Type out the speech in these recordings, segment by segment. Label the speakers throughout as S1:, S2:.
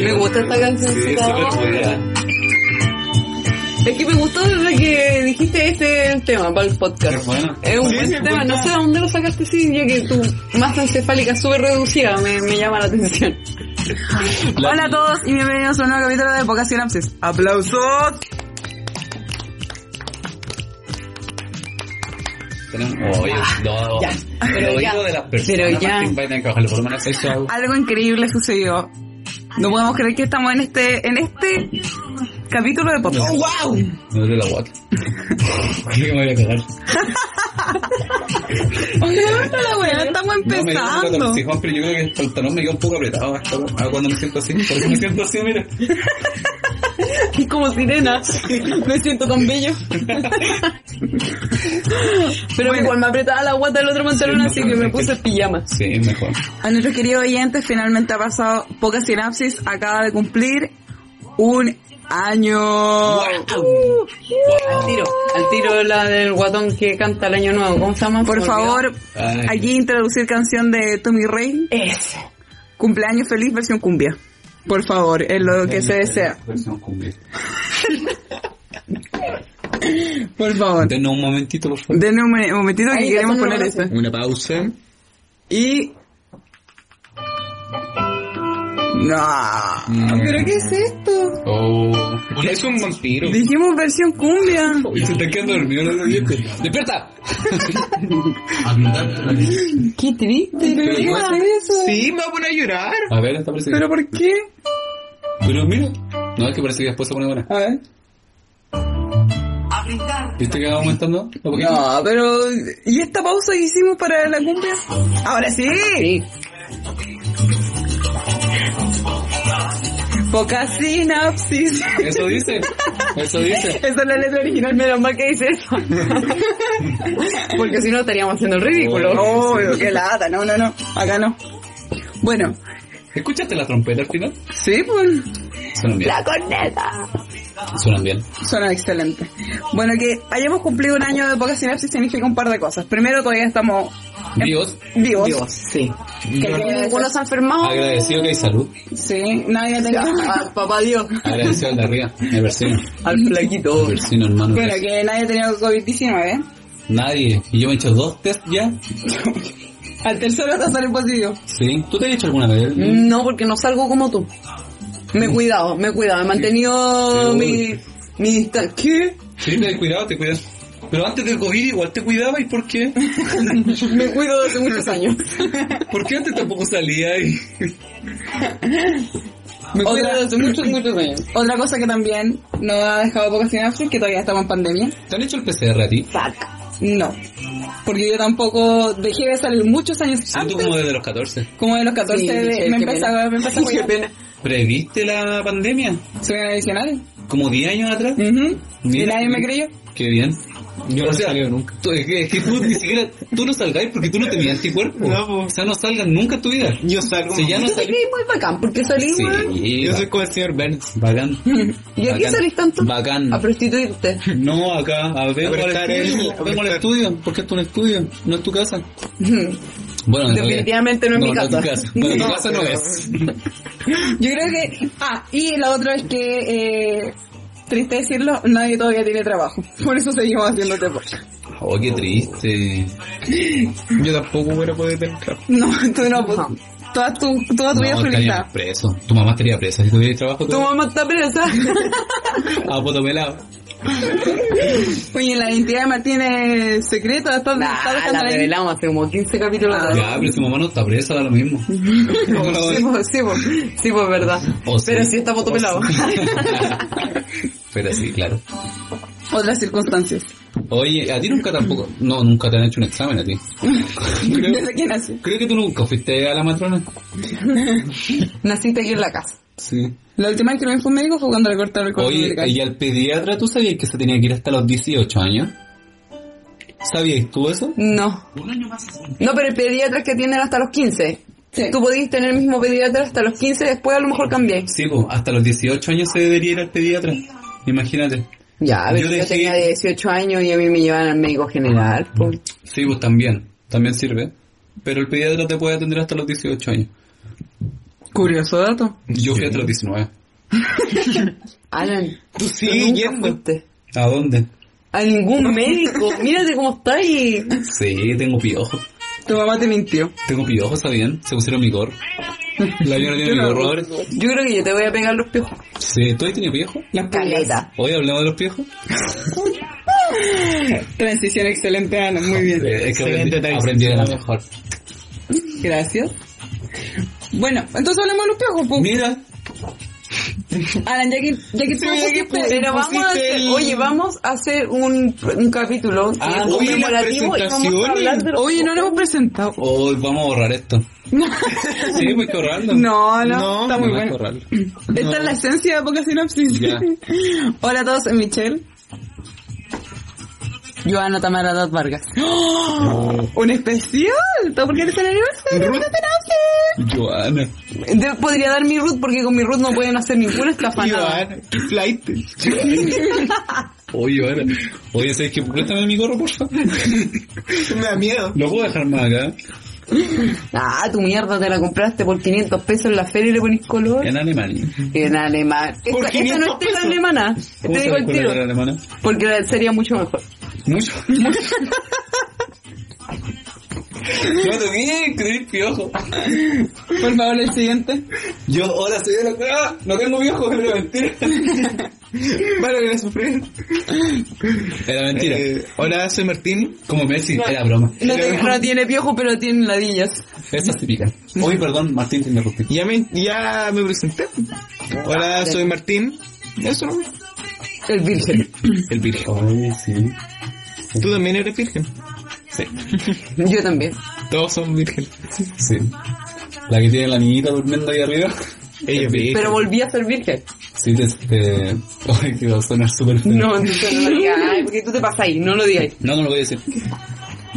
S1: Me gusta esta cancioncita. es que me gustó desde que dijiste ese tema para el podcast.
S2: Es bueno.
S1: Es un
S2: Sí, pues,
S1: buen
S2: sí,
S1: tema.
S2: es
S1: No sé a dónde lo sacaste, sí, ya que tu masa encefálica es súper reducida me, me llama la atención.
S3: Hola a todos y bienvenidos a un nuevo capítulo de Pocas Sinapsis. ¡Aplausos!
S2: Tenemos- Oye, no,
S1: Ah, ya, pero
S2: pero el
S1: ya,
S2: oído de las personas
S1: pero ya. Ah,
S2: Martín, va a tener que bajarle por lo menos a eso.
S3: Algo increíble sucedió. No podemos creer que estamos en este, en este capítulo de podcast.
S2: wow! Me duele la guata. Creo que me voy a cagar.
S3: la weá, estamos
S2: No, me dio un poco de
S3: empezando.
S2: torcijón, pero yo creo que el pantalón me queda un poco apretado. hasta ahora. Ah, cuando me siento así, por eso me siento así, mira.
S1: Es como sirena. Me siento tan bello. Pero igual me apretaba la guata del otro pantalón,
S2: Sí,
S1: así que me
S2: imagínate.
S1: puse pijama.
S2: Sí, es mejor.
S3: A nuestros queridos oyentes, finalmente ha pasado Pocas Sinapsis, acaba de cumplir un año.
S1: Al tiro, al tiro la del guatón que canta el año nuevo. ¿Cómo se llama?
S3: Por
S1: Se me olvidó.
S3: favor,
S2: Ay.
S3: aquí introducir canción de Tommy Rey.
S1: Ese.
S3: Cumpleaños feliz versión cumbia. Por favor, es lo que se desea.
S2: Versión cumbia.
S3: Por favor.
S2: Denos un momentito, por favor.
S3: Denme un un momentito que
S1: Ahí,
S3: queremos
S1: pasando
S3: poner
S1: la
S3: esto.
S2: Una pausa.
S3: Y... No. ¿Pero qué es esto?
S2: Oh. Es un vampiro.
S3: Dijimos versión cumbia.
S2: Y se está quedando dormido los dientes. ¡Despierta! A
S1: Qué triste.
S2: Pero
S1: ¿Qué
S2: igual-
S1: hacer eso?
S3: Sí, me voy a poner a llorar.
S2: ver, está parecido.
S3: ¿Pero por qué?
S2: Pero mira. No, es que parece que después se pone buena.
S3: A ver.
S2: ¿Viste que va aumentando? ¿Un poquito?
S3: No, pero... ¿Y esta pausa que hicimos para la cumbia? Ahora sí. Poca sinapsis.
S2: Eso dice. Eso dice.
S1: Esa es la letra original, menos mal que dice eso. Porque si no estaríamos haciendo el ridículo.
S3: Oh, qué lata. No, no, no. Acá no. Bueno.
S2: ¿Escuchaste la trompeta al final?
S3: Sí, pues...
S2: Suenan bien.
S1: corneta!
S2: Suenan bien.
S3: Suena excelente. Bueno, que hayamos cumplido un año de poca sinapsis significa un par de cosas. Primero, todavía estamos
S2: Dios.
S3: vivos.
S1: Dios, sí. Que
S2: Dios.
S1: ninguno se ha enfermado.
S2: Agradecido que hay salud.
S3: Sí, nadie ha tenido...
S1: Ah, papá Dios.
S2: Agradecido al de arriba. Mi vecino.
S1: Al flaquito.
S2: Mi vecino, hermano.
S3: Bueno, que nadie ha tenido COVID-19. ¿eh?
S2: Nadie. Y yo me he hecho dos test ya.
S3: Al tercero hasta sale positivo.
S2: Sí. ¿Tú te has hecho alguna vez?
S4: Mm.
S1: No, porque no salgo como tú. Me he cuidado, me he cuidado. He mantenido
S2: Sí,
S1: mi... Mi distancia. ¿Qué?
S2: Sí, te cuidado, te cuidas. Pero antes del COVID igual te cuidaba. ¿Y por qué?
S1: Me cuido desde muchos años.
S2: ¿Por qué antes tampoco salía? Y...
S1: Me
S3: Otra-
S1: cuido desde muchos, muchos años.
S3: Otra cosa que también nos ha dejado poca sinapsis, que todavía estamos en pandemia.
S2: ¿Te han hecho el PCR a ti?
S1: Fuck.
S3: No. Porque yo tampoco dejé de salir muchos años
S2: Siento
S3: antes.
S2: como desde los 14.
S3: Como de los 14
S1: Sí,
S3: de-
S1: qué
S3: me empezó
S1: pena.
S3: a me empezó
S1: Qué
S3: a cuidar.
S1: pena.
S2: ¿Previste la pandemia?
S3: Soy una visionaria.
S2: ¿Como 10 años atrás?
S4: Mm.
S3: Ujú. Y
S2: Mira.
S3: nadie me creyó.
S2: Qué bien. Yo no he salido nunca. es, que, es que tú ni siquiera, tú no salgáis porque tú no tenías anticuerpos.
S4: No, po.
S2: o sea, no salgan nunca en tu vida.
S4: Yo salgo.
S2: Si ya no
S1: Yo te
S2: salís...
S1: creí muy bacán, porque salí,
S2: Sí,
S1: weón.
S4: Yo
S2: va-
S4: soy como el señor Burns.
S2: bacán.
S1: ¿Y aquí
S2: Bacán.
S1: salís tanto?
S2: Bacán.
S1: A prostituirte.
S2: No, acá. A ver,
S4: A
S2: vamos al
S4: prestar el-
S2: estudio.
S4: a
S2: Vemos al
S4: prestar.
S2: estudio. Porque es tu estudio, no es tu casa. Bueno, en realidad-
S1: Definitivamente no es mi
S2: no,
S1: casa.
S2: tu casa. Bueno, tu casa no
S4: pero-
S2: es.
S3: Yo creo que... Ah, y la otra es que, eh, triste decirlo, nadie todavía tiene trabajo. Por eso seguimos haciendo este deporte.
S2: Oh, qué triste.
S4: Yo tampoco voy a poder tener trabajo.
S3: No, tú no, pues, toda tu, toda tu vida
S2: no,
S3: solita.
S2: estaríamos presos. Tu mamá estaría presa. Si tuvieras trabajo, Ah, pues
S1: Tu mamá está presa.
S2: a poto pelado.
S3: Oye, la identidad de Martín es secreta, está,
S2: Ah,
S3: está
S1: Nah,
S3: dejando
S1: la
S3: ahí.
S1: revelamos hace como 15 capítulos atrás.
S2: Ya, pero si mamá no está presa, da lo mismo.
S1: Sí, pues, sí, pues, sí, pues, verdad.
S2: O sí.
S1: Pero sí está
S2: O
S1: foto pelado.
S2: Pero sí, claro.
S3: otras circunstancias.
S2: Oye, a ti nunca tampoco. No, nunca te han hecho un examen a ti. Creo,
S3: Desde que nací.
S2: creo que tú nunca fuiste a la matrona.
S3: Naciste aquí en la casa.
S2: Sí.
S3: La última vez que me fue un médico fue cuando le cortaron el cuerpo
S2: Oye, eh,
S3: umbilical.
S2: y al pediatra, ¿tú sabías que se tenía que ir hasta los 18 años? ¿Sabías tú eso?
S1: No. No, pero el pediatra es que atienden hasta los 15.
S3: Sí.
S1: Tú podías tener el mismo pediatra hasta los 15, después a lo mejor cambiáis.
S2: Sí, pues, hasta los 18 años se debería ir al pediatra. Imagínate.
S1: Ya, a ver,
S2: Yo
S1: yo,
S2: dejé-
S1: tenía 18 años y a mí me llevaban al médico general. po.
S2: Sí, pues también. También sirve. Pero el pediatra te puede atender hasta los 18 años.
S3: Curioso dato.
S2: Yo fui hasta los 19.
S1: Alan, tú
S2: sigues
S1: nunca
S2: yendo.
S1: fuiste
S2: ¿A dónde?
S1: A ningún médico. Mírate cómo está y...
S2: Sí, tengo piojo.
S3: Tu mamá te mintió.
S2: Tengo piojo, ¿está bien? Se pusieron mi cor. La señora tiene mi cor ahora.
S1: Yo creo que yo te voy a pegar los piojos.
S2: Sí, ¿tú has tenido piojo?
S3: Las
S1: Caleta.
S2: Hoy hablamos de los piojos.
S3: Transición excelente, Ana. Muy bien.
S2: Eh, es que
S5: Excelente
S2: aprendí,
S5: transición.
S2: aprendí de la mejor.
S3: Gracias. Bueno, entonces hablemos de los piojos, pues.
S2: Mira,
S3: Alan, ya que, ya que tú
S1: Oye,
S3: pusiste-
S1: pero vamos a hacer, oye, vamos a hacer un, un capítulo que
S2: Ah,
S1: es
S2: oye,
S1: conmemorativo y
S2: las
S1: vamos a hablar de los
S3: Oye, no lo hemos presentado.
S2: hoy vamos a borrar esto. Sí, pues hay que borrarlo.
S3: No, no,
S5: No,
S3: está muy
S5: no,
S3: bueno.
S5: es corral.
S3: Esta es la esencia de Poca Sinopsis.
S2: Ya.
S3: Hola a todos, soy Michelle. Joana Tamara Dad Vargas. ¡Un especial! ¿Todo porque eres el aniversario?
S5: Ruth.
S2: Joana.
S1: Yo podría dar mi root porque con mi root no pueden hacer ninguna estafa.
S3: eh.
S1: nada.
S5: Iván, qué flight.
S2: Oye, Joana. Oye, ¿sabes qué? Préstame mi gorro, por favor.
S5: Me da miedo.
S2: Lo puedo dejar más acá.
S1: Ah, tu mierda te la compraste por 500 pesos en la feria y le pones color.
S2: En Alemania.
S1: En alemán.
S5: Por
S1: Esta, esta no
S5: 500
S1: es tela alemana. Te
S2: ¿Cómo se
S1: digo el
S2: la
S1: tiro.
S2: era alemana?
S1: Porque la- sería mucho mejor.
S2: Mucho. Yo también, creí piojo.
S3: Por favor, el siguiente.
S2: Yo ahora soy de la ¡Ah! No tengo piojo, era mentira.
S5: Para que la sufrir.
S2: Era mentira.
S5: Eh, hola, soy Martín.
S2: Como Messi, era broma.
S3: No, te- no tiene piojo, pero tiene ladillas.
S2: Esas te pican. Oye, perdón, Martín, te interrumpí.
S5: Ya me, ya me presenté. Hola,
S3: Ah,
S5: soy Martín. Eso no.
S1: El virgen.
S5: El virgen.
S2: Oye, sí.
S5: Tú también eres virgen.
S2: Sí,
S1: Yo también.
S5: Todos son virgen.
S2: sí. La que tiene la niñita durmiendo ahí arriba.
S5: Ellos virgen.
S1: Pero volví a ser virgen.
S2: Sí, te... te... Ay, que va a sonar súper feo.
S1: No, no, no lo digas. Ay, porque tú te pasas ahí. No lo digas.
S2: No, no lo voy a decir.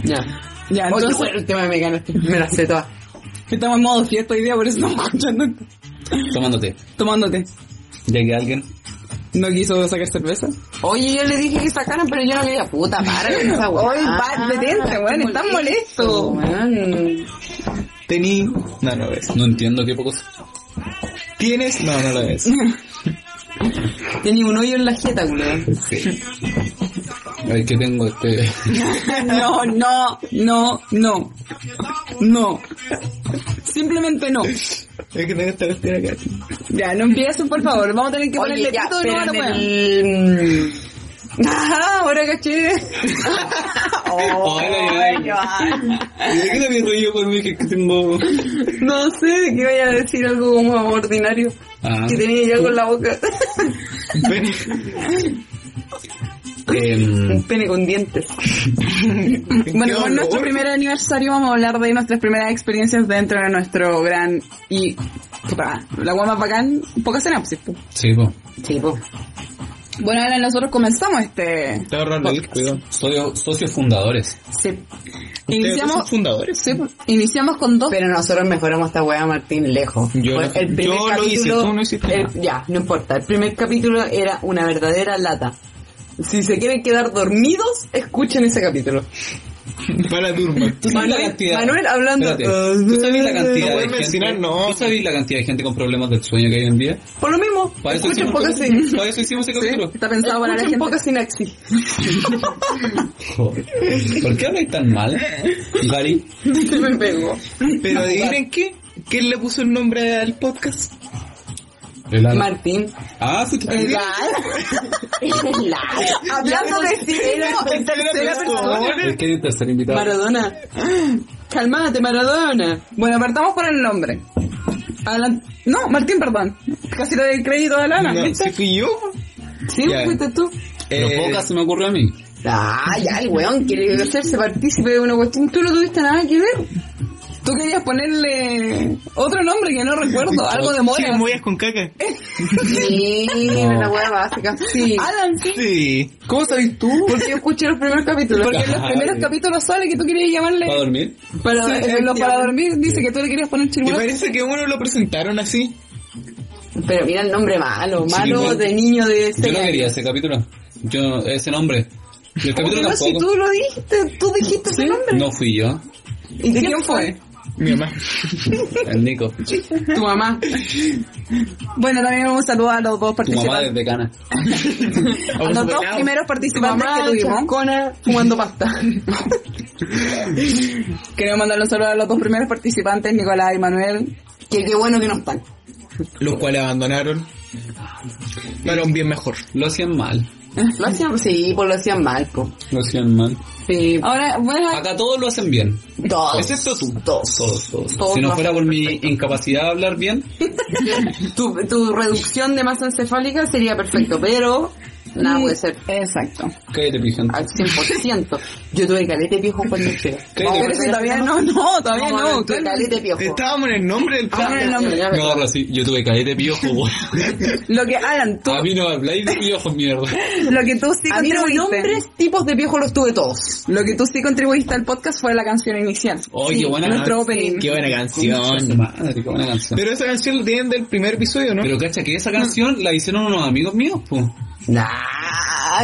S1: Ya.
S3: Ya,
S1: Oye,
S3: entonces
S1: bueno, el tema me ganaste. Me la sé toda.
S3: estamos en modo fiesta hoy día, por eso estamos escuchando,
S2: Tomándote.
S3: tomándote.
S2: Ya que alguien...
S3: No quiso sacar cerveza.
S1: Oye, yo le dije que sacaran, pero yo no quería. Puta, para con esa weá. Ah,
S3: Oye, pa- detente, weón, estás molesto.
S1: Weón.
S5: Tení. No, no ves.
S2: No entiendo qué pocos...
S5: ¿Tienes? No, no lo ves.
S1: Tenía un hoyo en la jeta, weón.
S2: Ay, que tengo este...
S3: No, no, no, no. No. Simplemente no.
S5: Es que tengo esta cuestión acá.
S3: Ya, no empiecen, por favor. Vamos a tener que ponerle
S1: Oye, ya,
S3: pito de
S1: pero
S3: nuevo a la
S1: en
S3: weá.
S1: el... Ah, ahora caché.
S2: Hola,
S1: Ay, Joan.
S2: ¿Y de qué te río yo cuando dije que tengo...
S1: No sé, que vaya a decir algo como ordinario.
S2: Ah.
S1: Que tenía ya con la boca.
S2: Em,
S1: Un pene con dientes.
S3: Bueno, con nuestro primer aniversario vamos a hablar de nuestras primeras experiencias dentro de nuestro gran y... puta, La guama bacán, poca sinapsis. po.
S2: sí, po.
S1: Tipo.
S3: Bueno, ahora nosotros comenzamos este...
S5: Te ahorran reír, cuidado.
S2: Soy- socios fundadores.
S3: Sí.
S5: Ustedes son
S3: Iniciamos,
S5: fundadores.
S3: sí,
S1: pues,
S3: iniciamos con dos...
S1: Pero nosotros mejoramos esta weá, Martín, lejos.
S5: Yo
S1: Pues
S5: no- yo lo hice, tú no hiciste
S1: el-
S5: nada.
S1: Eh, ya, no importa. El primer capítulo era una verdadera lata. Si se quieren quedar dormidos, escuchen ese capítulo.
S5: Para Durma.
S2: ¿Tú sabes la cantidad?
S1: Manuel hablando.
S2: Espérate. ¿Tú sabes la cantidad
S5: No
S2: de
S5: puedes
S2: gente?
S5: mencionar, no.
S2: ¿Tú sabes la cantidad de gente con problemas del sueño que hay hoy en día?
S1: Por lo mismo,
S2: Para eso
S1: escuchen
S2: hicimos,
S1: poca sin.
S2: para eso hicimos ese capítulo.
S3: Está pensado para la
S1: Escuchen
S3: gente.
S1: poca sinaxis.
S2: Joder. ¿Por qué habláis tan mal, Gary?
S3: Me pegó.
S5: Pero adivinen qué. ¿Quién le puso el nombre al podcast?
S1: Martín.
S2: Ah, fuiste tú.
S3: Hablando de sí mismo en tercera persona.
S2: Es que hay un tercer invitado.
S3: Maradona. Calmate, Maradona. Bueno, partamos por el nombre. Alan- No, Martín, perdón. Casi le doy el crédito a Lana,
S5: No,
S3: ¿viste?
S5: si fui yo.
S3: Sí,
S5: Ya.
S3: fuiste tú.
S2: Pero
S6: Eh,
S2: pocas se me ocurrió a mí.
S1: Ah, ya, el weón quiere hacerse partícipe de una cuestión. Tú no tuviste nada que ver.
S3: Tú querías ponerle otro nombre que no recuerdo, algo de
S6: Sí,
S3: mora.
S6: movidas con caca.
S1: Sí, una weá básica. Ah, Sí.
S3: Alan, sí.
S6: Sí.
S1: ¿Cómo sabes tú? Porque yo escuché los primeros capítulos.
S3: Porque en los primeros capítulos sale que tú querías llamarle
S2: ¿Para dormir?
S3: para,
S1: Sí,
S3: en los para dormir, dice que tú le querías poner
S6: ¿Te
S3: chirimoya.
S6: parece que uno lo presentaron así?
S1: Pero mira el nombre malo, malo
S2: bueno.
S1: de niño de este
S2: Yo
S1: seis
S2: no
S1: años.
S2: quería ese capítulo. Yo, ese nombre. Y el capítulo
S1: Pero si
S2: tampoco.
S1: tú lo dijiste, tú dijiste ese nombre.
S2: No fui yo,
S1: ¿Y de quién fue?
S6: Mi mamá.
S2: el Nico.
S3: Tu mamá. Bueno, también un saludo a los dos
S2: Tu mamá
S3: participantes.
S2: desde Cana.
S3: A los dos primeros participantes
S1: Mamá
S3: que tuvimos.
S1: chascona fumando pasta.
S3: Queremos mandarle un saludo a los dos primeros participantes, Nicolás y Manuel.
S1: que qué bueno que no están.
S6: Los cuales abandonaron. Para un bien mejor.
S2: Lo hacían mal.
S1: Lo hacían, sí, pues lo hacían mal, po.
S2: Lo hacían mal.
S1: Sí,
S3: Ahora, bueno,
S2: Acá todos lo hacen bien.
S1: todos.
S2: Excepto tú.
S1: Todos.
S2: Todos, todos.
S1: Todos
S2: Si
S1: lo
S2: no fuera por mi incapacidad de hablar bien,
S1: Tu, tu reducción de masa encefálica sería perfecto, pero nada pues, puede ser
S3: Exacto.
S2: cállate, pijante.
S1: al 100%. Yo tuve calete viejo cuando chica. Vamos a
S3: Pero
S1: volver a
S3: si todavía
S1: hacer
S3: no, no, todavía
S1: Vamos a
S3: no.
S1: ver, tuve calete piojo.
S6: Estábamos en el nombre del
S3: Ah,
S6: plan.
S3: el nombre.
S1: Ya,
S2: No,
S1: ya,
S2: ahora sí, yo tuve cadete piojo, weón.
S3: Lo que, Alan, tú,
S2: A mí no me habláis de piojos, mierda.
S3: lo que tú sí
S1: A mí los
S3: contribuiste.
S1: nombres tipos de viejo los tuve todos.
S3: Lo que tú sí contribuiste al podcast fue la canción inicial.
S2: Oye, qué buena
S3: Nuestro
S2: canción.
S3: opening.
S6: Qué buena
S2: Concha su
S6: canción.
S2: madre, qué buena canción.
S6: Pero esa canción la tienen del primer episodio, ¿no?
S2: Pero cacha, que esa canción la hicieron unos amigos míos, po.
S1: Nah,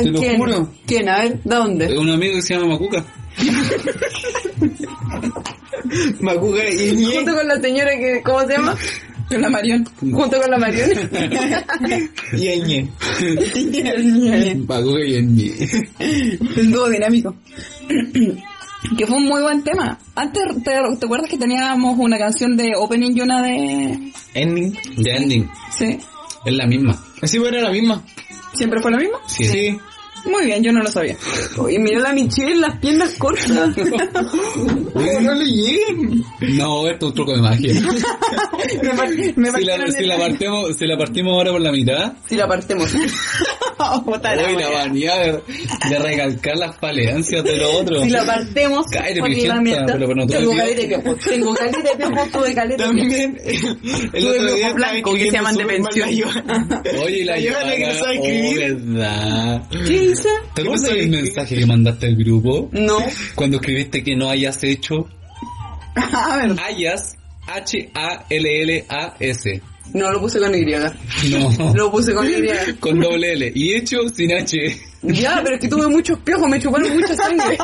S2: Te lo
S1: ¿quién?
S2: juro.
S1: ¿Quién? A ver, ¿de dónde?
S2: Un amigo que se llama Macuca.
S6: Macuca y Ñe.
S1: Junto con la señora que, ¿cómo se llama?
S3: Con la Marion.
S1: Junto con la Mariona.
S6: Y Ñe.
S2: Macuca y en mí.
S3: El dúo dinámico. que fue un muy buen tema. Antes, ¿te, te acuerdas que teníamos una canción de opening y una de...
S6: Ending.
S2: The Ending.
S3: Sí.
S2: Es la misma.
S6: Sí, pero era la misma.
S3: ¿Siempre fue lo mismo?
S2: Sí.
S3: Muy bien, yo no lo sabía.
S1: Y mira la Michelle, las piernas cortas.
S6: Oye, no le lleguen.
S2: No, esto es un truco de magia.
S3: Me, par- me
S2: si, la,
S3: partieron
S2: si
S3: el-
S2: la partimos, si la partimos ahora por la mitad,
S1: Si la partemos.
S3: Puta la
S2: uy,
S3: wea.
S2: la vanidad de, de recalcar las falencias de lo otro.
S1: Si la partemos,
S2: Cállate,
S1: porque
S2: Michelle,
S1: la mierda.
S2: pero bueno, tú
S1: tengo
S2: decías-
S1: caleta de piojo. Tengo caleta de piojo, tuve caleta de piojo.
S6: También el
S1: Tuve
S6: otro día
S1: ojo blanco que se llaman
S2: Oye, y la,
S6: La Johanna que no
S2: Johanna,
S6: sabe
S2: oh,
S6: escribir.
S2: verdad.
S1: ¿Qué hice?
S2: ¿Te acuerdas
S6: sabe
S2: del
S6: escribir?
S2: mensaje que mandaste al grupo?
S1: No.
S2: Cuando escribiste que no hayas hecho
S3: A ver,
S2: hayas H-A-L-L-A-S.
S1: No lo puse con Y.
S2: No.
S1: Lo puse con Y.
S2: Con doble L. Y hecho sin H.
S1: Ya, pero es que tuve muchos piojos, me chuparon mucha sangre.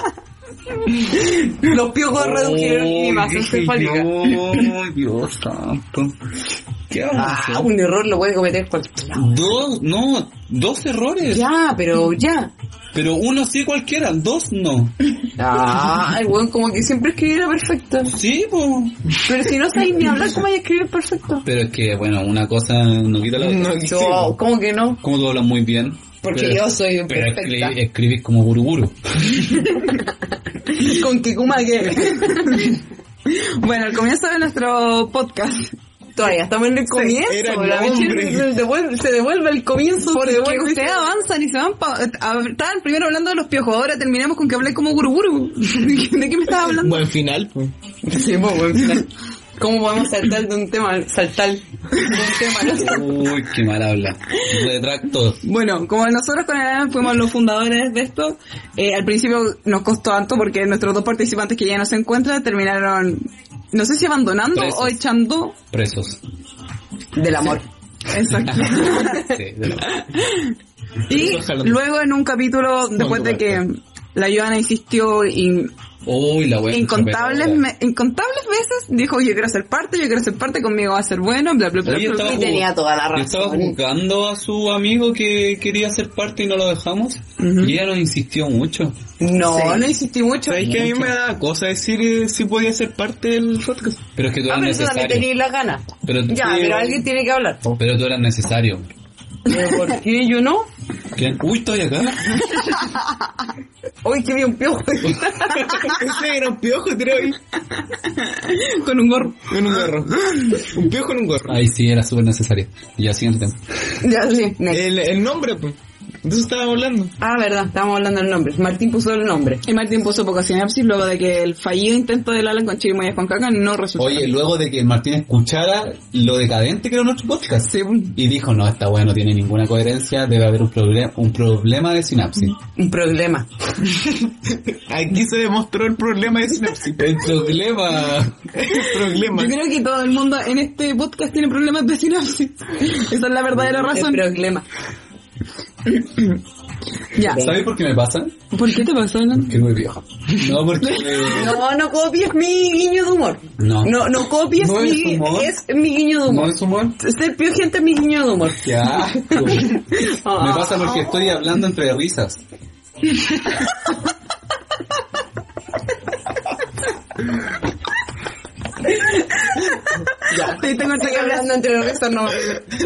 S1: Los piojos redujeron mi masa encefálica.
S2: Ay, Dios santo. ¿Qué
S1: Ah,
S2: hago?
S1: un error lo puede cometer cualquiera.
S2: Dos, no, dos errores.
S1: Ya, pero ya.
S2: Pero uno sí cualquiera, dos no.
S1: Ah, el weón como que siempre escribiera perfecto.
S2: Sí, po.
S1: Pero si no sabéis ni hablar, ¿cómo vais a escribir perfecto?
S2: Pero es que, bueno, una cosa no quita la otra.
S6: No,
S1: Yo, ¿cómo que no?
S2: Como tú hablas muy bien.
S1: Porque
S2: pero-
S1: yo soy
S2: Pero
S1: perfecta.
S2: escri- escribís como buruburu.
S1: Con Kikuma que
S3: bueno, al comienzo de nuestro podcast,
S1: todavía estamos en el comienzo.
S6: era el
S1: la
S6: nombre.
S1: Michelle se devuelve, se devuelve el comienzo. se
S3: porque
S1: devuelve-
S3: ustedes avanzan y se van pa- a- Estaban primero hablando de los piojos, ahora terminamos con que hablé como guruguru. ¿De qué me estabas hablando?
S6: Buen final. pues.
S1: Sí, pues, bueno, claro. ¿Cómo podemos saltar de un tema? Saltar de un tema, ¿no?
S2: Uy, qué mal habla. Retracto.
S3: Bueno, como nosotros con el Alan fuimos los fundadores de esto, eh, al principio nos costó tanto porque nuestros dos participantes que ya no se encuentran terminaron, no sé si abandonando
S2: Presos.
S3: o echando.
S2: Presos.
S1: Del amor.
S3: Exacto.
S2: Sí, de la-
S3: y luego en un capítulo, después de que la Joana insistió
S6: Pues,
S3: y
S2: Uy, la wea.
S3: incontables, me- incontables veces dijo yo quiero ser parte, yo quiero ser parte, conmigo va a ser bueno, bla, bla, bla.
S2: Oye,
S3: bla,
S2: estaba
S3: bla.
S1: Y tenía toda la
S2: Yo estaba
S1: razón.
S2: juzgando a su amigo que quería ser parte y no lo dejamos. Y ella nos insistió mucho.
S1: No,
S3: Sí.
S1: no insistí mucho.
S6: ¿Sabes que a mí me da cosa decir eh, si podía ser parte del podcast?
S2: Pero es que tú
S1: Ah,
S2: eras
S1: pero tú también
S2: necesario.
S1: tenías las ganas.
S2: Pero,
S1: Ya,
S2: sí, oh.
S1: pero alguien tiene que hablar. po.
S2: pero tú eras necesario.
S1: ¿Pero ¿Por qué yo no?
S2: ¿Qué? Uy, estoy acá.
S1: Hoy que vi un piojo.
S6: Ese era un piojo, creo. ahí.
S3: Con un gorro.
S6: En un gorro. Un piojo en un gorro.
S2: Ay, sí, era súper necesario. Ya, siguiente tema.
S1: ya, sí. next.
S6: El, el nombre, pues.
S2: Entonces estábamos hablando.
S1: Ah, verdad, estábamos hablando del nombre. Martín puso el nombre.
S3: Y Martín puso poca sinapsis luego de que el fallido intento del Alan con Chile y con Caca no resultó.
S2: Oye, luego de que el Martín escuchara lo decadente que era nuestro podcast.
S3: Sí,
S1: pues.
S3: un
S2: Y dijo, no, esta weá no tiene ninguna coherencia, debe haber un, proble- un problema de sinapsis.
S1: Un problema.
S2: Aquí se demostró el problema de sinapsis. El problema. El problema.
S3: Yo creo que todo el mundo en este podcast tiene problemas de sinapsis. Esa es la verdadera razón.
S1: El problema.
S3: Ya.
S2: ¿Sabes por qué me pasa?
S3: ¿Por qué te pasó, Alan?
S2: Que muy viejo. No, porque...
S1: No, no copies mi guiño de humor.
S2: No.
S1: No, no copies
S2: No es
S1: mi,
S2: humor.
S1: es mi guiño de
S2: ¿No
S1: humor.
S2: es humor?
S1: Ser piojente es mi guiño de humor. Ah,
S2: Qué asco. Me pasa porque estoy hablando entre risas.
S3: Te tengo que hablando entre los restos, no.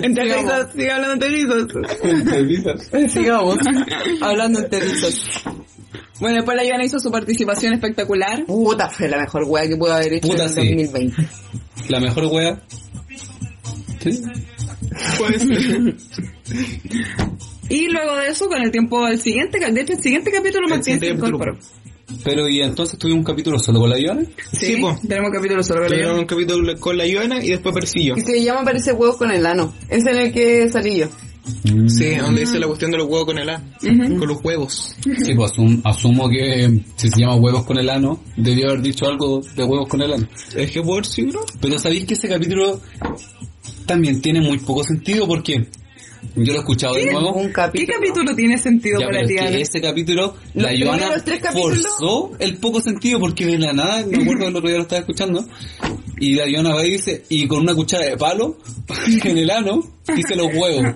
S3: Entre risas, sigue hablando entre risas.
S2: Entre risas.
S3: Sigamos. hablando entre risas. Bueno, después la Joana hizo su participación espectacular.
S1: Puta, fue la mejor wea que pudo haber hecho
S2: Puta,
S1: en
S2: sí.
S1: 2020.
S2: La mejor wea. ¿Sí? Puede ser.
S3: Y luego de eso, con el tiempo, el siguiente, ca- de hecho, el siguiente capítulo Martín se incorporó.
S2: Pero y entonces tuvimos un capítulo solo con la Ivana.
S3: Sí, tenemos capítulo sobre la
S2: Tuvieron
S3: Joana.
S2: un capítulo con la Ivana y después aparecí yo.
S1: Y se llama Parece Huevos con el Ano. Es en el que salí yo.
S2: Mm.
S6: Sí, donde dice la cuestión de los huevos con el A. Con los huevos.
S2: Sí, pues asum- asumo que eh, si se llama huevos con el ano, debió haber dicho algo de huevos con el ano.
S6: Es que por sí, bro.
S2: Pero sabéis que ese capítulo también tiene muy poco sentido porque yo lo he escuchado de nuevo.
S1: Un
S3: ¿Qué
S1: capítulo.
S3: capítulo tiene sentido
S2: Ya,
S3: para
S2: pero
S3: ti,
S2: es que
S3: Ana?
S2: ese capítulo, la
S1: primeros
S2: Joana
S1: tres capítulos-
S2: forzó el poco sentido porque de la nada, me acuerdo el otro día lo estaba escuchando, y la Joana va y dice, y con una cuchara de palo en el ano, hice los huevos.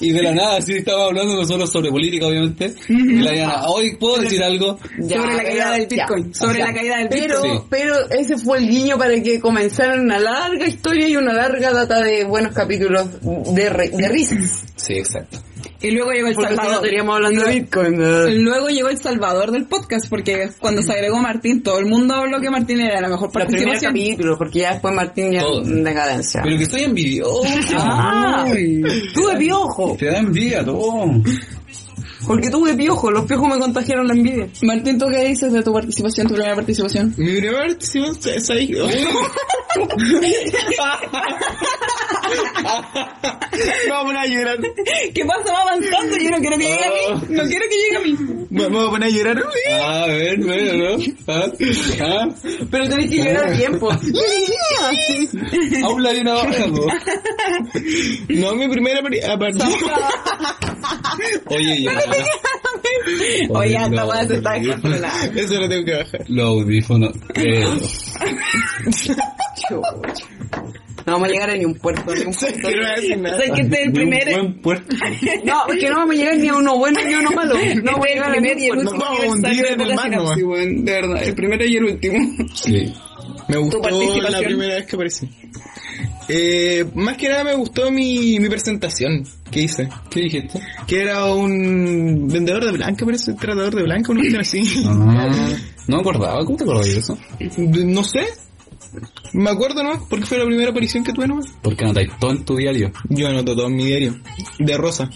S2: Y de la nada, así estaba hablando nosotros sobre política, obviamente, y la Joana, hoy puedo decir algo,
S1: Ya,
S3: sobre la caída
S1: pero-
S3: del Bitcoin.
S1: ya,
S3: sobre
S1: ya.
S3: la caída del
S1: pero,
S3: Bitcoin.
S2: Sí.
S1: Pero ese fue el guiño para que comenzara una larga historia y una larga data de buenos capítulos de, re- de risas.
S2: Sí, exacto.
S3: Y luego llegó el
S1: Porque si no
S3: Salvador.
S1: teníamos hablando de Bitcoin.
S3: Luego llegó el Salvador del podcast, porque cuando se agregó Martín, todo el mundo habló que Martín era la mejor
S1: Los primeros
S3: participación.
S1: capítulos, porque ya después Martín ya
S2: Todo.
S1: en decadencia.
S2: Pero que soy envidioso.
S3: Ah.
S1: Ay, tuve piojo,
S2: Te da envidia todo.
S1: porque tuve piojo, los piojos me contagiaron la envidia.
S3: Martín, ¿tú qué dices de tu participación, tu primera participación?
S6: Mi primera participación es ahí. Vamos a llorar.
S3: ¿Qué pasa? Va avanzando, yo no quiero que llegue a mí. No quiero que llegue a mí.
S6: Vamos a poner a llorar.
S2: A ver, bueno, ¿no? ¿Ah? ¿Ah?
S1: Pero tenés que llegar a tiempo.
S2: Aún la Joana va hablando.
S6: No, mi primera participación.
S2: Oye, ya.
S3: Oye,
S2: no,
S3: esta weá se está
S2: no.
S3: descontrolando.
S6: Eso lo tengo que bajar.
S2: Los audífonos. eh,
S1: No vamos a llegar a ni un puerto, ni un puerto.
S6: Quiero decir nada.
S3: Sé que este es el
S2: de un
S3: primer,
S2: buen puerto.
S1: No, es que no vamos a llegar ni a uno bueno ni a uno malo. No vamos a
S3: este es el
S1: llegar a
S3: primer y
S1: ningún puerto.
S3: el
S6: Nos
S3: último.
S6: vamos a hundir en el mar, nomás.
S3: Sí, weón, de verdad, el primero y el último.
S2: Sí.
S6: Me gustó la
S3: participación.
S6: primera vez que aparecí. Eh, más que nada me gustó mi, mi presentación que hice.
S2: ¿Qué dijiste?
S6: Que era un vendedor de blanca, parece, tratador de blanca, una cuestión así.
S2: Ah, no me acordaba. ¿Cómo te acordás de eso?
S6: No sé. Me acuerdo, ¿no? Porque fue la primera aparición que tuve, ¿no?
S2: Porque anotáis todo en tu diario.
S6: Yo anoto todo en mi diario. De rosa.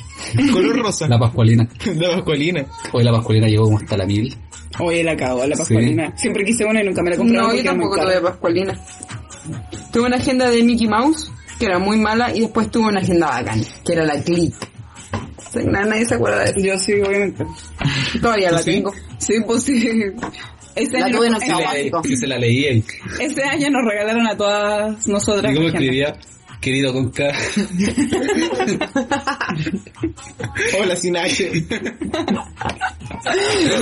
S6: Color rosa.
S2: La Pascualina.
S6: De Pascualina.
S2: Hoy la Pascualina llegó como hasta la mil.
S3: Oye, la cago, la pascualina. Siempre quise una y nunca me la compré.
S1: No, yo tampoco tuve Pascualina. Tuve una agenda de Mickey Mouse, que era muy mala, y después tuve una agenda bacán, que era la Click. O sea, na- nadie se acuerda de eso.
S3: Yo sí, obviamente.
S1: Todavía la tengo.
S3: Sí, pues sí. Este
S1: La
S3: año,
S1: tuve en
S3: nos-
S1: octavo básico.
S2: Que se la leía y,
S3: este año nos regalaron a todas nosotras.
S2: y cómo
S3: por ejemplo.
S2: escribía, querido con K.
S6: Hola sin H.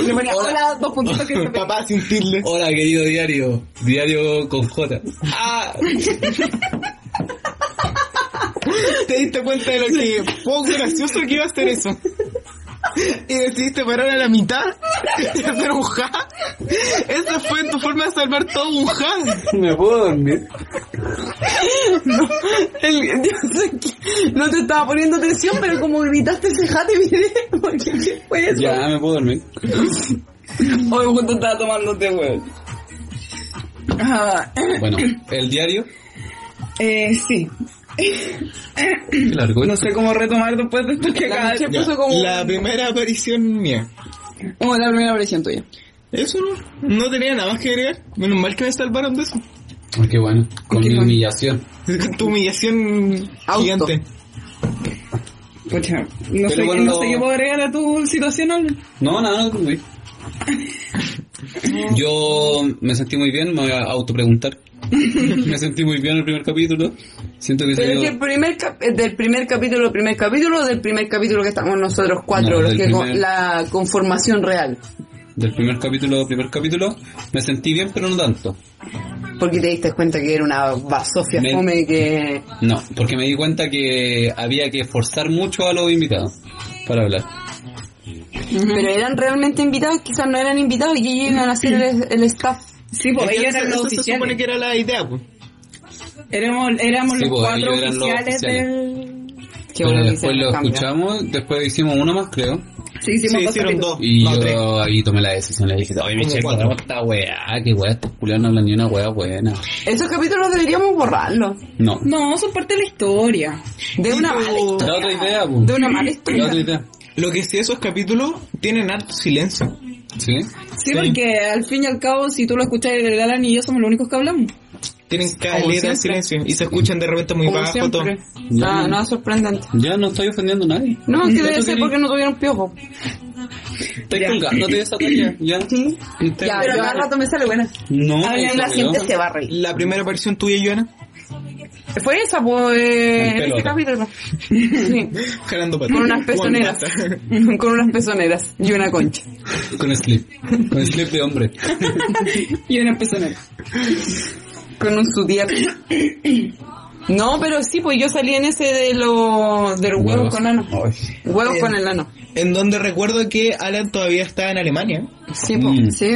S3: Le ponía, hola, dos puntitos que se
S6: Papá sin tilde.
S2: Hola, querido diario. Diario con J.
S6: Te diste cuenta de lo que poco gracioso que iba a hacer eso. Y decidiste parar a la mitad y hacer un ja. Esa fue tu forma de salvar todo un ja.
S2: Me puedo dormir.
S1: El- yo sé que no te estaba poniendo atención, pero como gritaste ese jate, miré, porque ¿qué fue eso?
S2: Ya, me puedo dormir.
S3: Hoy justo estaba tomándote, weón.
S2: Bueno, el diario.
S3: Eh, sí.
S2: Qué largo.
S3: No sé cómo retomar después de esto que acabas de
S1: Michelle puso como...
S6: La primera aparición mía.
S3: Como la primera versión tuya.
S6: Eso no, no tenía nada más que agregar. Menos mal que me salvaron de eso.
S2: Ay, Qué bueno. Con mi humillación.
S6: Tu humillación
S1: Auto.
S6: gigante.
S3: Pucha, no sé,
S2: bueno,
S3: no
S2: lo-
S3: sé qué puedo agregar a tu situación, Olga.
S2: No, nada, no, güey. Yo me sentí muy bien, me voy a autopreguntar. Me sentí muy bien en el primer capítulo. Siento que
S1: Pero es
S2: salió-
S1: que el primer cap- eh, del primer capítulo, primer capítulo, del primer capítulo que estamos nosotros cuatro,
S2: No,
S1: los
S2: del
S1: que con-
S2: primer.
S1: la conformación real.
S2: del primer capítulo, primer capítulo, me sentí bien, pero no tanto.
S1: Porque te diste cuenta que era una basofia
S2: Me-
S1: fome que...
S2: No, porque me di cuenta que había que esforzar mucho a los invitados para hablar.
S1: Pero eran realmente invitados, quizás no eran invitados y ellos iban a ser el, el staff.
S3: Sí, pues ellos
S6: Entonces,
S3: eran los
S6: eso se supone
S3: oficiales.
S6: que era la idea, pues.
S3: Éramos, éramos
S2: Sí,
S3: los
S2: pues,
S3: cuatro
S2: ellos eran los
S3: oficiales,
S2: oficiales.
S3: del...
S1: Que
S2: Pero
S1: bueno que
S2: después
S1: hicieron
S2: lo
S1: el cambio.
S2: escuchamos, después hicimos uno más, creo.
S3: Sí, hicimos
S6: Sí,
S3: dos
S6: hicieron
S3: capítulos.
S6: dos.
S2: Y
S6: no,
S2: yo
S6: tres.
S2: ahí tomé la decisión, le dije, oye Michelle,
S6: cuatro.
S2: ¿cómo esta weá? Qué weá, estos culiados no hablan ni una weá buena.
S1: Esos capítulos deberíamos borrarlos.
S2: No.
S3: No, son parte de la historia.
S1: De una mala historia.
S2: La otra idea, po.
S1: De una mala
S2: La otra
S1: historia.
S2: idea.
S6: Lo que sí, esos capítulos tienen harto silencio.
S2: ¿Sí?
S3: Sí, porque al fin y al cabo, si tú lo escuchas, el Alan y yo somos los únicos que hablamos.
S6: Tienen caleta de silencio y se escuchan de repente muy
S1: Como
S6: bajo todo.
S1: siempre.
S2: Ya.
S1: Ah, no, sorprendente.
S2: Ya no estoy ofendiendo a nadie.
S3: Mm,
S1: No, que
S2: Ya
S1: debe
S2: tú
S1: ser
S2: querí-
S1: porque no tuvieron piojo.
S2: Estoy colgándote de esa talla, ya.
S1: Sí.
S2: Estoy-
S1: Ya, yo-
S3: me sale buena.
S2: No,
S3: Habla
S2: no,
S3: y la
S2: no.
S3: gente
S1: se va a reír.
S6: La primera aparición tuya, Joana,
S1: Fue esa, pues, en
S2: pelota.
S1: este capítulo. Sí.
S6: jalando patas.
S1: Con unas pezoneras. Con unas pezoneras y una concha.
S2: Con slip. Con slip de hombre.
S3: Y una persona.
S1: Con un sutier. No, pero sí, pues yo salí en ese de, los de los huevos con ano.
S2: Ay.
S1: Huevos
S6: Eh,
S1: con el ano.
S6: En donde recuerdo que Alan todavía estaba en Alemania.
S1: Sí, pues.
S2: Mm.
S1: Sí.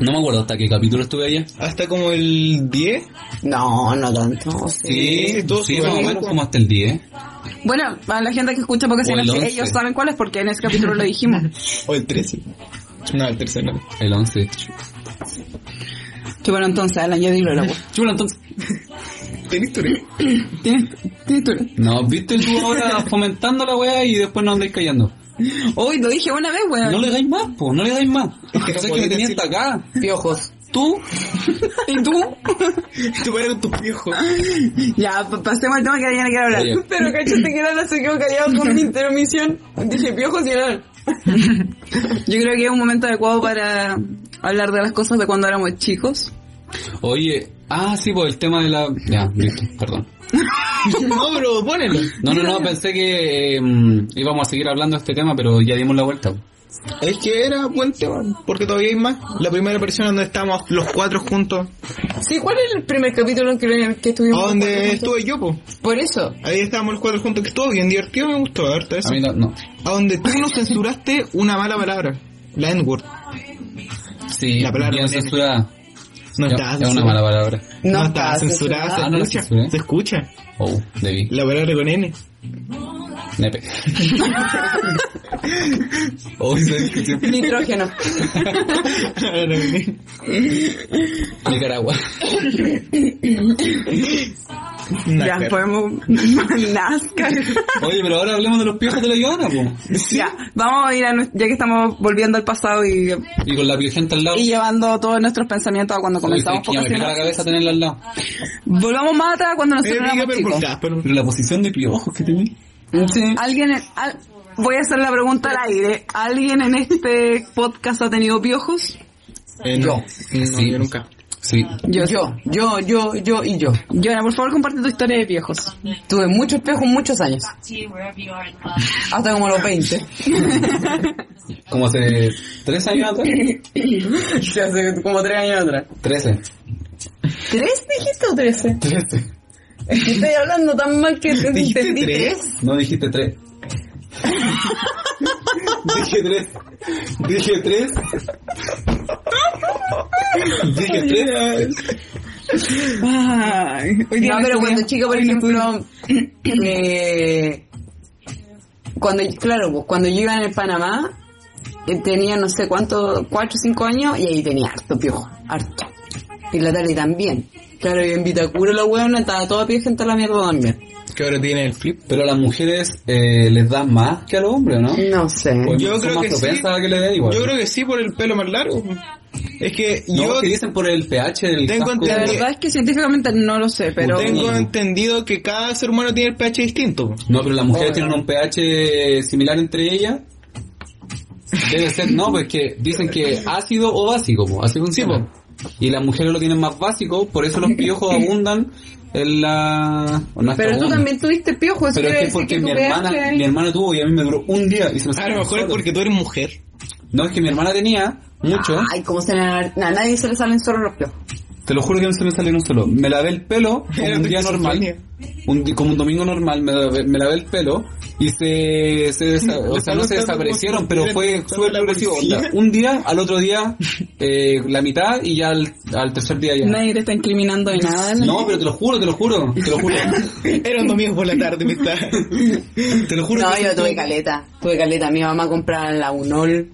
S2: No me acuerdo hasta qué capítulo estuve allá.
S6: Hasta como el Eh, 10.
S1: No, no tanto. o sea.
S2: Sí,
S6: todo
S2: sí,
S6: su
S2: más o
S6: rango.
S2: menos como hasta el 10.
S3: Bueno, para la gente que escucha porque
S2: O el once.
S3: ellos saben cuál es porque en ese capítulo lo dijimos.
S6: O el 13. No, el 13 no.
S2: El 11.
S3: Que bueno, entonces, Alan, ya dilo la voz.
S2: Chulo, entonces.
S6: ¿Tenés tu ring?
S3: ¿Tienes, tienes tu...
S2: No, viste tú ahora fomentando la weá y después no andáis callando.
S3: Uy, lo dije una vez,
S1: Ah.
S3: weón.
S2: No le dais más, po, no le dais más. Es que
S6: no
S2: sabes que
S6: podéis
S2: me tenían
S6: decirlo.
S2: hasta acá.
S1: Piojos.
S2: Tú,
S3: ¿Y tú?
S6: Tú para con tus piojos.
S3: ya, pa- pasemos al tema que había que hablar.
S2: Oye.
S1: Pero cachate que Lana se quedó callado con mi intermisión. Dije piojos y Lana.
S3: Yo creo que es un momento adecuado para hablar de las cosas de cuando éramos chicos.
S2: Oye, ah, sí, por el tema de la... Ya, listo, perdón.
S6: No, pero ponelo.
S2: No, no, no, pensé que eh, mm, íbamos a seguir hablando de este tema, pero ya dimos la vuelta.
S6: Es que era buen tema, porque todavía hay más. La primera aparición donde estábamos los cuatro juntos.
S1: Sí, ¿cuál es el primer capítulo en que, que estuvimos?
S6: A donde
S1: juntos?
S6: estuve yo, po.
S1: Por eso.
S6: Ahí estábamos los cuatro juntos, que estuvo bien divertido, me gustó harto eso.
S2: A mí no, no.
S6: A donde tú no censuraste una mala palabra. La N-word.
S2: Sí,
S6: La palabra
S2: bien
S6: no tiene-
S2: censurada.
S6: No
S2: Ya,
S6: estaba
S2: es una
S6: censurada.
S2: mala palabra.
S1: No
S6: No, estaba
S1: estaba
S6: censurada,
S2: censurada. Ah, no la
S6: se escucha.
S2: censuré.
S6: se escucha.
S2: Oh, debí.
S6: La palabra con N.
S2: Nepe. oh, ¿sabes qué? Siempre-
S1: Nitrógeno.
S2: Nicaragua.
S3: ya,
S6: Nácar.
S3: podemos... Nazca.
S2: Oye, pero ahora hablemos de los piojos de la Joana, po.
S3: Ya, vamos a ir a... nues- Ya que estamos volviendo al pasado y,
S2: Y con la piojenta al lado.
S3: y llevando todos nuestros pensamientos a cuando comenzamos.
S2: Es que ya me pica la cabeza tenerla al lado.
S3: Volvamos más atrás cuando
S6: Eh,
S3: nosotros
S6: diga,
S3: éramos
S6: pero
S3: chicos.
S6: volcá, pero-
S2: Pero la posición de piojos que tenía.
S3: Alguien, en- al- voy a hacer la pregunta al aire. ¿Alguien en este podcast ha tenido piojos?
S6: Eh, no. No,
S2: Sí.
S6: yo nunca.
S2: Sí.
S1: Yo, yo, yo, yo, yo y yo.
S3: Yona, por favor, comparte tu historia de piojos.
S1: Tuve muchos piojos muchos años. Hasta como los 20.
S2: Como hace tres años atrás.
S1: Se hace como 3 años atrás.
S2: Trece.
S1: ¿Tres dijiste o 13?
S2: Trece.
S1: Es que estoy hablando tan mal que te
S6: ¿Dijiste
S1: entendí
S6: tres?
S1: 3.
S2: No dijiste tres. Dije tres. Dije tres. Dije tres.
S3: hoy
S1: No, pero cuando chica, por ejemplo, eh, cuando, claro, pues, cuando yo iba en el Panamá, eh, tenía no sé cuánto, cuatro o cinco años, y ahí tenía harto piojo, harto. Y la Tali también. Claro, y en Vitacura la weona estaba toda pie gente a la mierda también.
S2: Que ahora tiene el flip. Pero a las mujeres eh, les dan más que a los hombres, ¿no?
S6: Mm.
S1: No sé.
S2: Pues
S6: Yo
S2: son
S6: creo
S2: más
S6: que sí.
S2: propensas a que le den igual.
S6: Yo creo que sí por el pelo más largo. Es que
S2: No,
S6: yo
S2: que dicen por el pH del
S6: Tengo
S2: casco.
S3: La verdad es que científicamente no lo sé, pero...
S6: tengo entendido que cada ser humano tiene el pH distinto.
S2: No, pero las mujeres tienen un pH similar entre ellas. Debe ser, no, pues que dicen que ácido o básico, po, así funciona.
S3: pues.
S2: Y las mujeres lo tienen más básico, por eso los piojos abundan en la... o no es que
S3: Pero tú
S2: abundan.
S3: también tuviste piojo, eso
S2: Pero es
S3: quiere
S2: que
S3: decir
S2: porque
S3: que tu
S2: mi hermana,
S3: pH
S2: mi hermana tuvo y a mí me duró un día y se me
S6: A
S2: salió
S6: lo mejor es
S2: solo.
S6: porque tú eres mujer.
S2: No, es que mi hermana tenía mucho,
S1: Ay, como se le... A nadie se le salen solo los piojos.
S2: te lo juro que no se me salió un solo. Me lavé el pelo como
S6: Era
S2: un día
S6: tu
S2: normal, un, di- como un domingo normal, me lavé, me lavé el pelo y se, se desa- o sea, no se desaparecieron, pero fue súper progresivo. onda. Un día, al otro día, eh, la mitad y ya al, al tercer día ya.
S3: Nadie te está incriminando de nada. ¿no?
S2: No, pero te lo juro, te lo juro, te lo juro.
S6: Era un domingo por la tarde, me está.
S2: Te lo juro.
S1: No,
S2: que
S1: yo
S2: sí.
S1: tuve caleta. Tuve caleta. Mi mamá compraba la Unol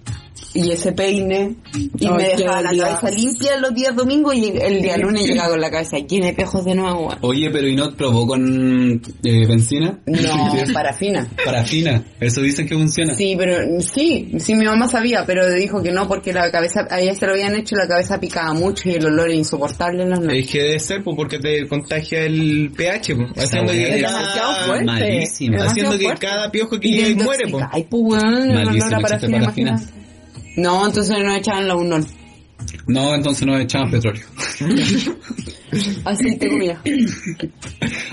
S1: y ese peine y
S3: Ay,
S1: me
S3: qué
S1: dejaba la
S3: olvidado.
S1: cabeza limpia los días domingos y el día lunes llegaba con la cabeza llena de piojos de nuevo. weón.
S2: Oye, pero ¿y no probó con eh, benzina?
S1: No, parafina.
S2: Parafina, eso dicen que funciona.
S1: Sí, pero sí, sí, mi mamá sabía, pero dijo que no porque la cabeza, a ella se lo habían hecho y la cabeza picaba mucho y el olor era insoportable en las noches.
S6: Es que debe ser pues, porque te contagia el pH, pues, haciendo
S2: weá
S6: que, Ah,
S2: es
S1: demasiado fuerte.
S2: Malísimo.
S6: haciendo que
S3: fuerte.
S6: cada piojo que
S1: Y
S6: llega
S1: te
S6: y muere. pues.
S1: intoxica. Ay, pues weón, el olor
S2: Malísimo
S1: a
S2: el chiste de
S1: parafina,
S2: parafina.
S1: imagínate. No, entonces no echaban la Unol.
S2: No, entonces no echaban petróleo.
S1: Así te comía.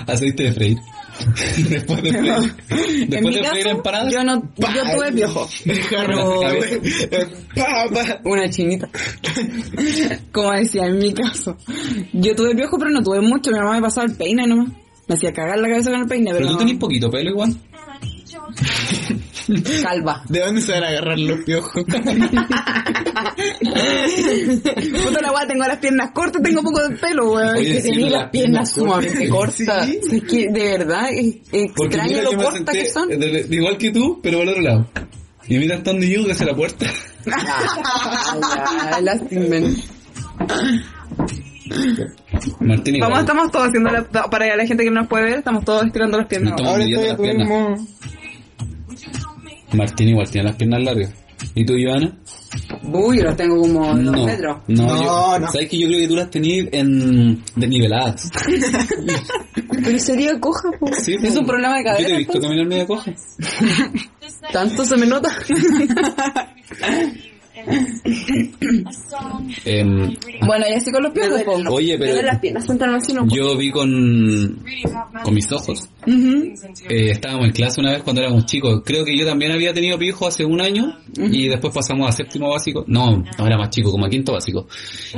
S2: Aceite de freír. Después de freír.
S3: En
S2: Después
S3: mi
S2: de freír
S3: caso,
S2: empanadas.
S3: yo no, yo tuve piojo.
S2: Oh.
S6: Jarro, eh, pa, pa.
S1: Una chinita.
S3: Como decía, en mi caso. Yo tuve piojo, pero no tuve mucho. Mi mamá me pasaba el peine nomás. Me hacía cagar la cabeza con el peine, pero,
S2: Pero tú
S3: no.
S2: tenés poquito pelo igual.
S1: Calva.
S6: ¿De dónde se van a agarrar los piojos?
S3: Puta la weá, tengo las piernas cortas, tengo poco de pelo, weón.
S2: Oye,
S1: que
S2: sí,
S1: tenía
S2: pero
S1: las
S2: las
S1: piernas
S2: piernas
S1: sumamente cortas. Es que, de verdad, es
S2: Porque
S1: extraño
S2: mira
S1: lo
S2: que me
S1: cortas
S2: senté
S1: que son.
S2: de- de- igual que tú, pero al otro lado. Y mira estando yo desde la puerta.
S1: Ah, las inven-
S2: Martín igual.
S3: Vamos, estamos todos haciendo la, para la gente que no nos puede ver, estamos todos estirando las piernas.
S2: Ahora estoy a tu mismo. Martín igual tiene las piernas largas. ¿Y tú, Ivana?
S1: Uy, yo las tengo como dos metros.
S2: No,
S6: No,
S2: yo-
S6: no.
S2: ¿Sabes que yo creo que tú las tenías en desniveladas?
S1: Pero sería coja, pues.
S2: Sí,
S1: es un problema de
S2: Yo te he
S1: cadera.
S2: visto caminar media coja.
S1: Tanto se me nota.
S2: Em,
S3: Bueno, y así con los pies,
S1: Me duelen
S3: po.
S2: oye, pero
S1: Las piernas son tan así, no.
S2: yo vi con, con mis ojos. Eh, estábamos en clase una vez cuando éramos chicos. Creo que yo también había tenido pijo hace un año y después pasamos a séptimo básico. No, no era más chico, como a quinto básico.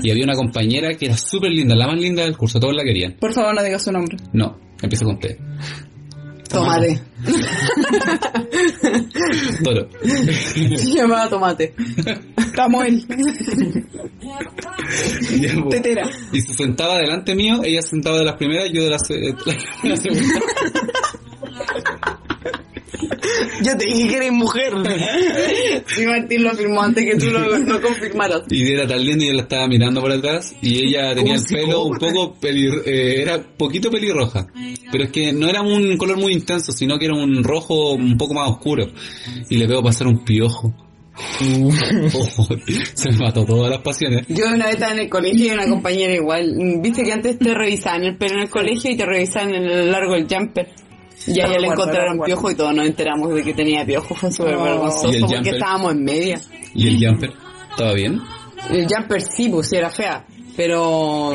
S2: Y había una compañera que era súper linda, la más linda del curso, todos la querían.
S3: Por favor, no digas su nombre.
S2: No, empieza con T.
S1: Tomate.
S2: Toro.
S1: Se llamaba tomate.
S3: Samuel.
S2: Ya, po. Y se sentaba delante mío, ella se sentaba de las primeras, yo de las eh, la segunda.
S6: Yo te dije que eres mujer.
S1: Y Martín lo afirmó antes que tú lo, lo confirmaras.
S2: Y era tan linda y yo la estaba mirando por atrás y ella tenía el pelo un poco peli, eh, era poquito pelirroja. Pero es que no era un color muy intenso, sino que era un rojo un poco más oscuro. Y le veo pasar un piojo. Oh, se me mató todas las pasiones.
S1: Yo una vez estaba en el colegio y una compañera igual. Mm, Viste que antes te revisaban el pelo en el colegio y te revisaban el largo del jumper. Y a ella le encontraron piojo y todos nos enteramos de que tenía piojo. Fue súper
S2: ¿Y
S3: Oh.
S2: el
S1: vergonzoso porque
S2: jumper?
S1: estábamos en media.
S2: ¿Y el jumper? ¿Estaba bien?
S1: El jumper sí, pues sí era fea. Pero...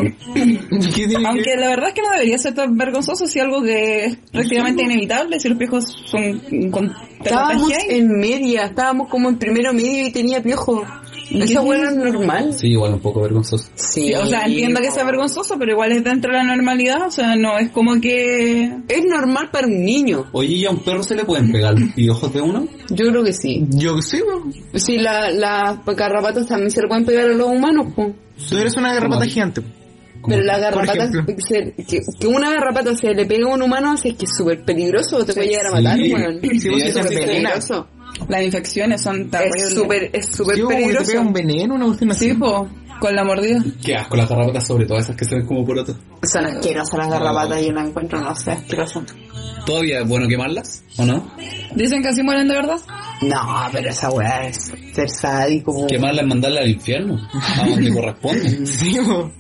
S3: Aunque la verdad es que no debería ser tan vergonzoso si algo que es prácticamente inevitable, si los piojos son con te
S1: Estábamos
S3: contagian.
S1: en media, estábamos como en primero medio y tenía piojo. ¿Eso bueno es normal?
S2: Sí, igual un poco vergonzoso.
S1: Sí,
S3: Sí, O sea, entiendo que sea vergonzoso, pero igual es dentro de la normalidad, o sea, no es como que...
S1: Es normal para un niño.
S2: Oye, ¿y a un perro se le pueden pegar piojos de uno?
S1: Yo creo que sí.
S6: Yo sí, weón.
S1: Sí, la- las garrapatas también se le pueden pegar a los humanos, pues.
S6: Tú eres una garrapata gigante.
S2: Como-
S1: Pero la garrapata,
S6: ejemplo.
S1: se- que, que una garrapata se le pegue a un humano es que es súper peligroso, te puede llegar a matar,
S2: Sí.
S1: weón.
S2: Sí, vos
S1: es súper
S2: sí te envenenas.
S1: peligroso.
S3: Las infecciones son
S1: Es
S3: terribles.
S1: súper, es súper
S6: Sí, weón, como que te
S1: peligroso.
S6: pega un veneno, una cuestión así.
S3: Sí, po. con la mordida.
S2: Qué asco las garrapatas, sobre todo esas que se ven como porotas.
S1: Son asquerosas las garrapatas, yo no encuentro, no sé, asquerosas.
S2: ¿Todavía es bueno quemarlas o no?
S3: Dicen que así mueren de verdad.
S1: No, pero esa weá es ser sádico. po.
S2: Quemarlas es mandarlas al infierno, a donde corresponde.
S6: Sí, po.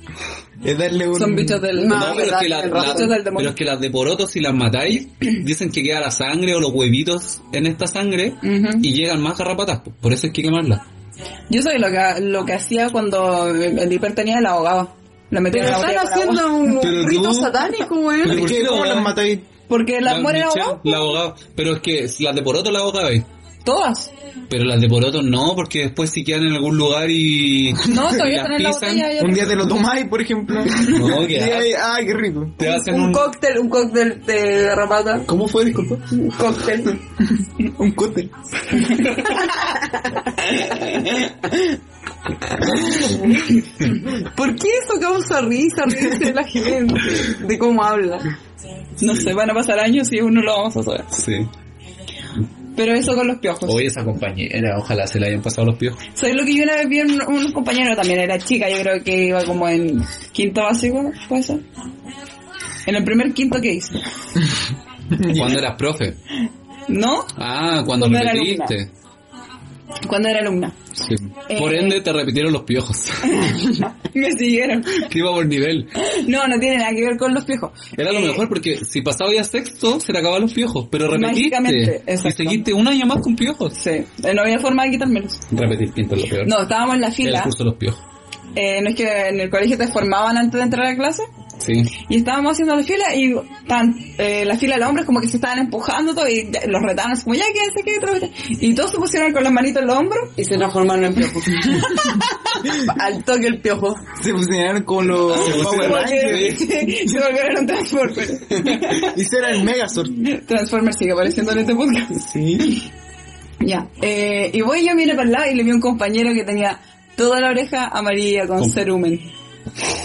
S6: Es darle un...
S1: Mm,
S3: Son bichos del...
S2: No, pero, es que las-
S3: del
S2: las-
S3: bichos del
S2: pero
S3: demonio.
S2: es que las de porotos, si las matáis, dicen que queda la sangre o los huevitos en esta sangre
S3: Ujú.
S2: y llegan más garrapatas. po. Por eso hay que quemarlas.
S3: Yo soy lo que, lo que hacía cuando el hipertenía y la ahogaba. La metía
S1: Pero
S3: en la
S1: están
S3: botella con agua.
S1: haciendo un
S2: Pero
S1: rito
S2: tú-
S1: satánico, weón.
S2: Pero
S6: Es
S2: ¿por
S6: que
S2: qué
S6: ¿Cómo
S2: no?
S6: las matáis?
S3: Porque las mueren
S2: bichas,
S3: ahogadas.
S2: las ahogadas. Pero es que las de porotos las ahogabais.
S3: Todas.
S2: Pero las de porotos no, porque después si quedan en algún lugar y...
S3: No,
S2: las
S3: todavía están en la
S2: pisan,
S3: botella. ya-
S6: Un día te lo tomáis, por ejemplo.
S2: No,
S6: Y
S2: que
S6: ahí, ay, qué rico.
S2: te hacen
S3: un
S2: un...
S3: cóctel, un cóctel de garrapata.
S6: ¿Cómo fue, disculpa?
S3: Un cóctel.
S6: Un cóctel.
S3: ¿Por qué eso causa risa, reírse de la gente? De cómo habla. No sé, van a pasar años y aún no lo vamos a saber.
S2: Sí.
S3: Pero eso con los piojos.
S2: Oye, esa compañera, ojalá se le hayan pasado los piojos.
S3: ¿Sabes lo que yo una vez vi en un, un compañero también? Era chica, yo creo que iba como en quinto básico, ¿puede ser? En el primer quinto que hice.
S2: Cuando eras profe.
S3: ¿No?
S2: Ah, cuando
S3: Cuando era
S2: repetiste.
S3: Cuando era alumna.
S2: Sí.
S3: Eh,
S2: Por ende, te repitieron los piojos.
S3: Me siguieron.
S2: que iba por nivel.
S3: No, no tiene nada que ver con los piojos.
S2: Era lo
S3: Eh,
S2: mejor porque si pasaba ya sexto, se le acababan los piojos. Pero repetiste.
S3: Mágicamente,
S2: Y
S3: exacto.
S2: seguiste un año más con piojos.
S3: Sí, eh, no había forma de quitármelos.
S2: Repetir quinto es lo peor.
S3: No, estábamos en la
S2: Era el
S3: fila.
S2: curso de los piojos.
S3: Eh, no es que en el colegio te formaban antes de entrar a clase.
S2: Sí.
S3: Y estábamos haciendo la fila y tan, eh, la fila de los hombres como que se estaban empujando todo y ya- los retaban así como ya quédense, quédense, otra vez". Y todos se pusieron con las manitos en los hombros
S1: Y se transformaron en piojos.
S3: al toque el piojo.
S6: Se fusionaron con los
S3: Porque
S6: Power Rangers.
S3: se volvieron un Transformer.
S6: Y será el Megazord.
S3: Transformer sigue apareciendo en este podcast.
S6: Sí.
S3: Ya. Eh, y voy yo mira para el lado y le vi a un compañero que tenía toda la oreja amarilla con cerumen.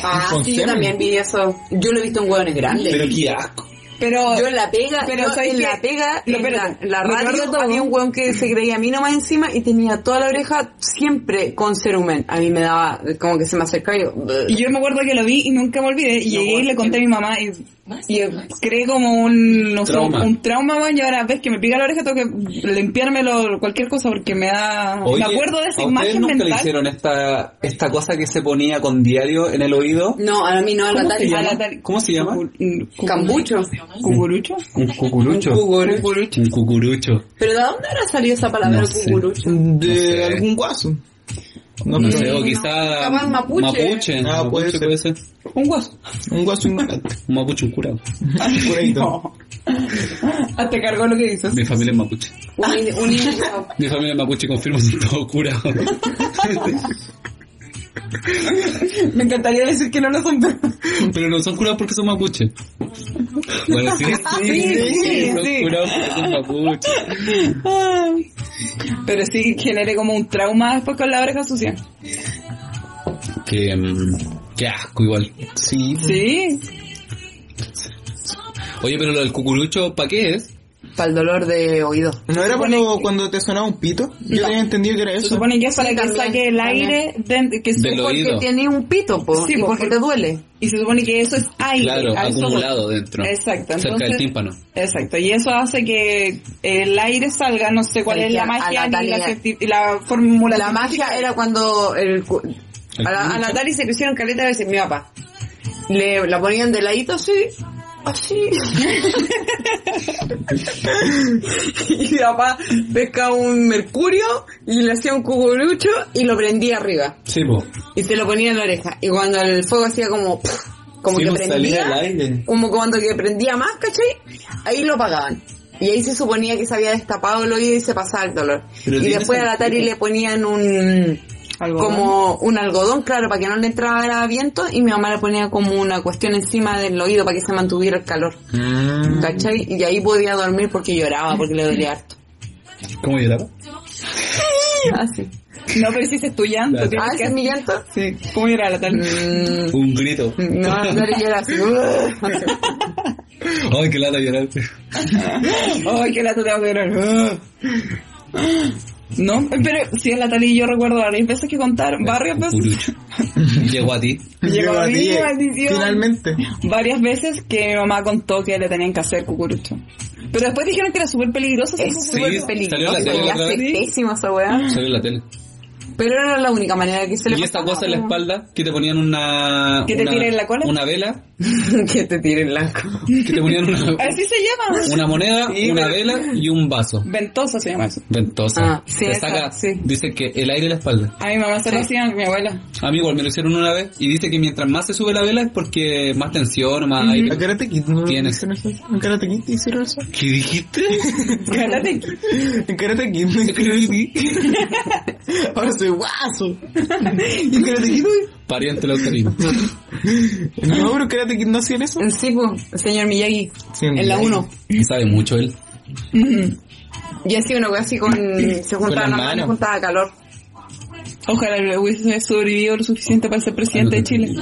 S1: Ah,
S6: Con
S1: sí, yo
S6: semen.
S1: también vi eso. Yo lo he visto en hueones grandes.
S2: Pero qué asco.
S3: Pero
S1: Yo en la pega,
S3: Pero,
S1: yo
S3: ¿sabes
S1: en
S3: qué?
S1: la pega,
S3: No,
S1: en la,
S3: espérate.
S1: en la
S3: Lo peor de
S1: radio
S3: todo-
S1: había un weón que se creía a mí nomás encima y tenía toda la oreja siempre con cerumen. A mí me daba eh, como que se me acercaba y yo... "Bleh".
S3: Y yo me acuerdo que lo vi y nunca me olvidé. Y
S1: No,
S3: llegué y le
S1: bueno,
S3: conté a mi mamá y,
S7: Más,
S3: y creé como un, no sé,
S2: Trauma.
S3: un trauma, man. Y ahora ves que me pica la oreja, tengo que limpiármelo cualquier cosa porque me da...
S2: Oye,
S3: me acuerdo de esa
S2: ¿a ustedes
S3: imagen
S2: nunca le
S3: mental.
S2: hicieron esta, esta cosa que se ponía con diario en el oído?
S1: No, a mí no, a la
S3: ¿Cómo se
S1: tarde.
S3: llama?
S2: ¿Cómo se llama?
S1: Cambucho.
S3: mm, ¿Cucurucho?
S2: Un cucurucho.
S1: Un cucurucho.
S2: Un cucurucho.
S1: ¿Pero de dónde habrá salido esa palabra
S2: No sé.
S1: cucurucho?
S6: De
S2: No sé.
S6: algún guaso.
S2: No,
S6: pero-
S2: sé, o quizá
S1: Capaz mapuche.
S2: mapuche,
S6: Ah,
S2: mapuche
S6: puede
S2: puede,
S6: ser.
S2: ser.
S3: Un guaso.
S6: Un guaso ignorante.
S2: Un mapuche, un curado.
S6: Curadito.
S3: Ah, te cargó lo que dices.
S2: Mi familia es mapuche.
S1: Un, in- un indio.
S2: Mi familia es mapuche, confirmo, son todos curados.
S3: Me encantaría decir que no lo son. pero-
S2: Pero no son curados porque son mapuche. Bueno, sí,
S3: Sí, sí,
S2: son
S3: sí.
S2: curados porque son mapuche.
S3: Ay. Pero sí generé como un trauma después con la oreja sucia.
S2: Que, mm, que asco igual.
S6: Sí.
S3: Sí.
S2: Oye, pero lo del cucurucho, ¿para qué es?
S1: Para el dolor de oído.
S6: ¿No era cuando, cuando te sonaba un pito? Yo
S3: No.
S6: tenía entendido que era
S3: Se
S6: eso.
S3: supone que es para que
S1: también,
S3: saque el
S1: también.
S3: aire de- que se
S2: Del
S3: porque-
S2: oído.
S1: Tiene un pito, po,
S3: Sí,
S1: y
S3: po,
S1: porque
S3: por-
S1: te duele.
S3: Y se supone que eso es aire.
S2: Claro,
S3: a eso
S2: acumulado
S3: voy.
S2: dentro.
S3: Exacto.
S2: Cerca
S3: entonces-
S2: del tímpano.
S3: Exacto. Y eso hace que el aire salga, no sé cuál
S1: Ay,
S3: es la
S1: ya,
S3: magia
S1: a
S3: ni la,
S1: Natalia.
S3: cienti- y la fórmula.
S1: La
S3: científica.
S1: magia era cuando el, cu-
S2: El
S1: a, la, a
S2: cucurucho.
S1: Natalia se le hicieron caleta de veces mi papá. Le, la ponían de ladito así, así. y mi papá pesca un mercurio y le hacía un cucurucho y lo prendía arriba.
S2: Sí, po.
S1: Y se lo ponía en la oreja. Y cuando el fuego hacía como... Como
S2: Sí,
S1: que
S2: po, salía
S1: prendía.
S2: el aire.
S1: como cuando que prendía más, ¿cachai? Ahí lo pagaban. Y ahí se suponía que se había destapado el oído y se pasaba el dolor.
S2: Pero
S1: y
S2: tiene
S1: después al Atari le ponían un
S3: Algodón.
S1: como un algodón, claro, para que no le entrara viento y mi mamá le ponía como una cuestión encima del oído para que se mantuviera el calor.
S2: Mm.
S1: ¿Cachai? Y ahí podía dormir porque lloraba, porque le dolía harto.
S2: ¿Cómo lloraba?
S1: Así.
S3: No, pero hiciste tu llanto.
S2: Claro.
S3: tienes
S1: Ah,
S3: que-
S1: ese es mi llanto.
S3: Sí. ¿Cómo era la tal?
S1: Mm,
S2: Un grito.
S1: no, no le llora así.
S2: Ay, qué lata llorar.
S3: oh, Ay, qué lata te vas a llorar. No, pero si es la tal y yo recuerdo varias veces que contaron, varias veces,
S2: Purucho. Llegó a ti.
S3: Llegó a mí,
S6: eh,
S3: maldición.
S6: Finalmente.
S3: varias veces que mi mamá contó que le tenían que hacer cucurucho. Pero después dijeron que era súper peligroso. hacer
S7: Es
S3: cucurucho.
S7: súper
S2: salió la
S7: peligroso
S2: tele
S7: y
S2: otra
S7: hace
S2: vez.
S7: pésimo esa weá.
S2: Salió en la tele.
S3: Pero era la única manera que se le
S2: Y esta
S3: pasaba,
S2: cosa en la
S3: po.
S2: espalda que te ponían una.
S3: ¿Que te
S2: una-
S3: tiren la cola?
S2: Una vela.
S1: que te tiren la
S2: Que te ponían una,
S3: Así se llama.
S2: una moneda,
S3: Sí,
S2: una
S3: pero-
S2: vela y un vaso.
S3: Ventosa se llama eso.
S2: Ventosa.
S3: Ah, sí,
S2: te
S3: esa,
S2: saca,
S3: sí.
S2: dice que el aire y la espalda.
S3: A mi mamá se lo hacían, mi abuela.
S2: A mí igual me lo hicieron una vez y dice que mientras más se sube la vela es porque más tensión, más aire.
S6: ¿A Karate Kid no
S2: Tienes.
S6: hicieron eso? ¿En Karate Kid te hicieron eso?
S2: ¿Qué dijiste?
S3: Cállate.
S6: ¿En Karate Kid no hicieron eso? Ahora soy guaso. ¿En Karate Kid? güey?
S2: Pariente Lautarino.
S6: No, pero en Karate Kid no hacían eso.
S3: Sí, pues, señor Miyagi.
S6: Sí,
S3: en la
S6: Miyagi.
S3: 1.
S2: Sabe mucho él.
S3: Y así una wea así con... Se
S2: las
S3: juntaban las manos,
S2: manos.
S3: juntaba calor. Ojalá le hubiese sobrevivido lo suficiente para ser presidente de Chile.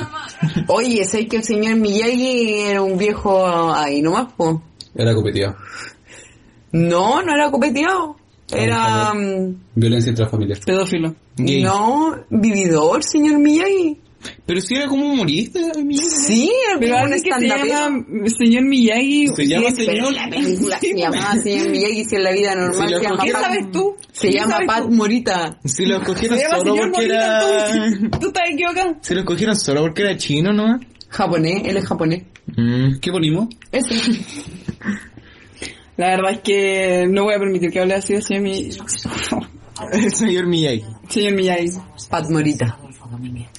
S1: Oye, sé que el señor Miyagi era un viejo ahí nomás, po.
S2: Era competitivo.
S1: No, no era competido. Era... mm,
S2: Violencia intrafamiliar.
S3: Pedófilo.
S6: Gay.
S1: No, vividor, señor Miyagi.
S6: Pero si era como humorista, Miyagi.
S1: Sí, era
S3: Pero
S1: como un
S3: ahora que se
S1: stand-upero.
S3: llama eh, señor Miyagi...
S2: Se llama
S1: Pero
S2: señor.
S1: la película se llamaba señor Miyagi, si en la vida normal
S6: Sí,
S1: se
S6: yo
S1: llama...
S3: ¿Qué
S6: creo
S1: Pat-
S3: sabes tú?
S1: Se
S3: ¿Qué
S1: llama
S3: sabes
S1: Pat
S3: tú?
S1: Morita.
S6: Si lo
S3: Se
S6: cogieron
S3: llama
S6: solo
S3: señor
S6: porque
S3: Morita,
S6: era...
S3: tú. Tú estás equivocado.
S6: Si lo cogieron solo porque era chino, ¿no?
S1: Japonés, él es japonés.
S6: Mm.
S2: ¿Qué ponimos?
S1: Eso.
S3: La verdad es que no voy a permitir que hable así de señor Miyagi.
S6: El señor Miyagi.
S3: Señor Miyagi.
S1: Pat Morita.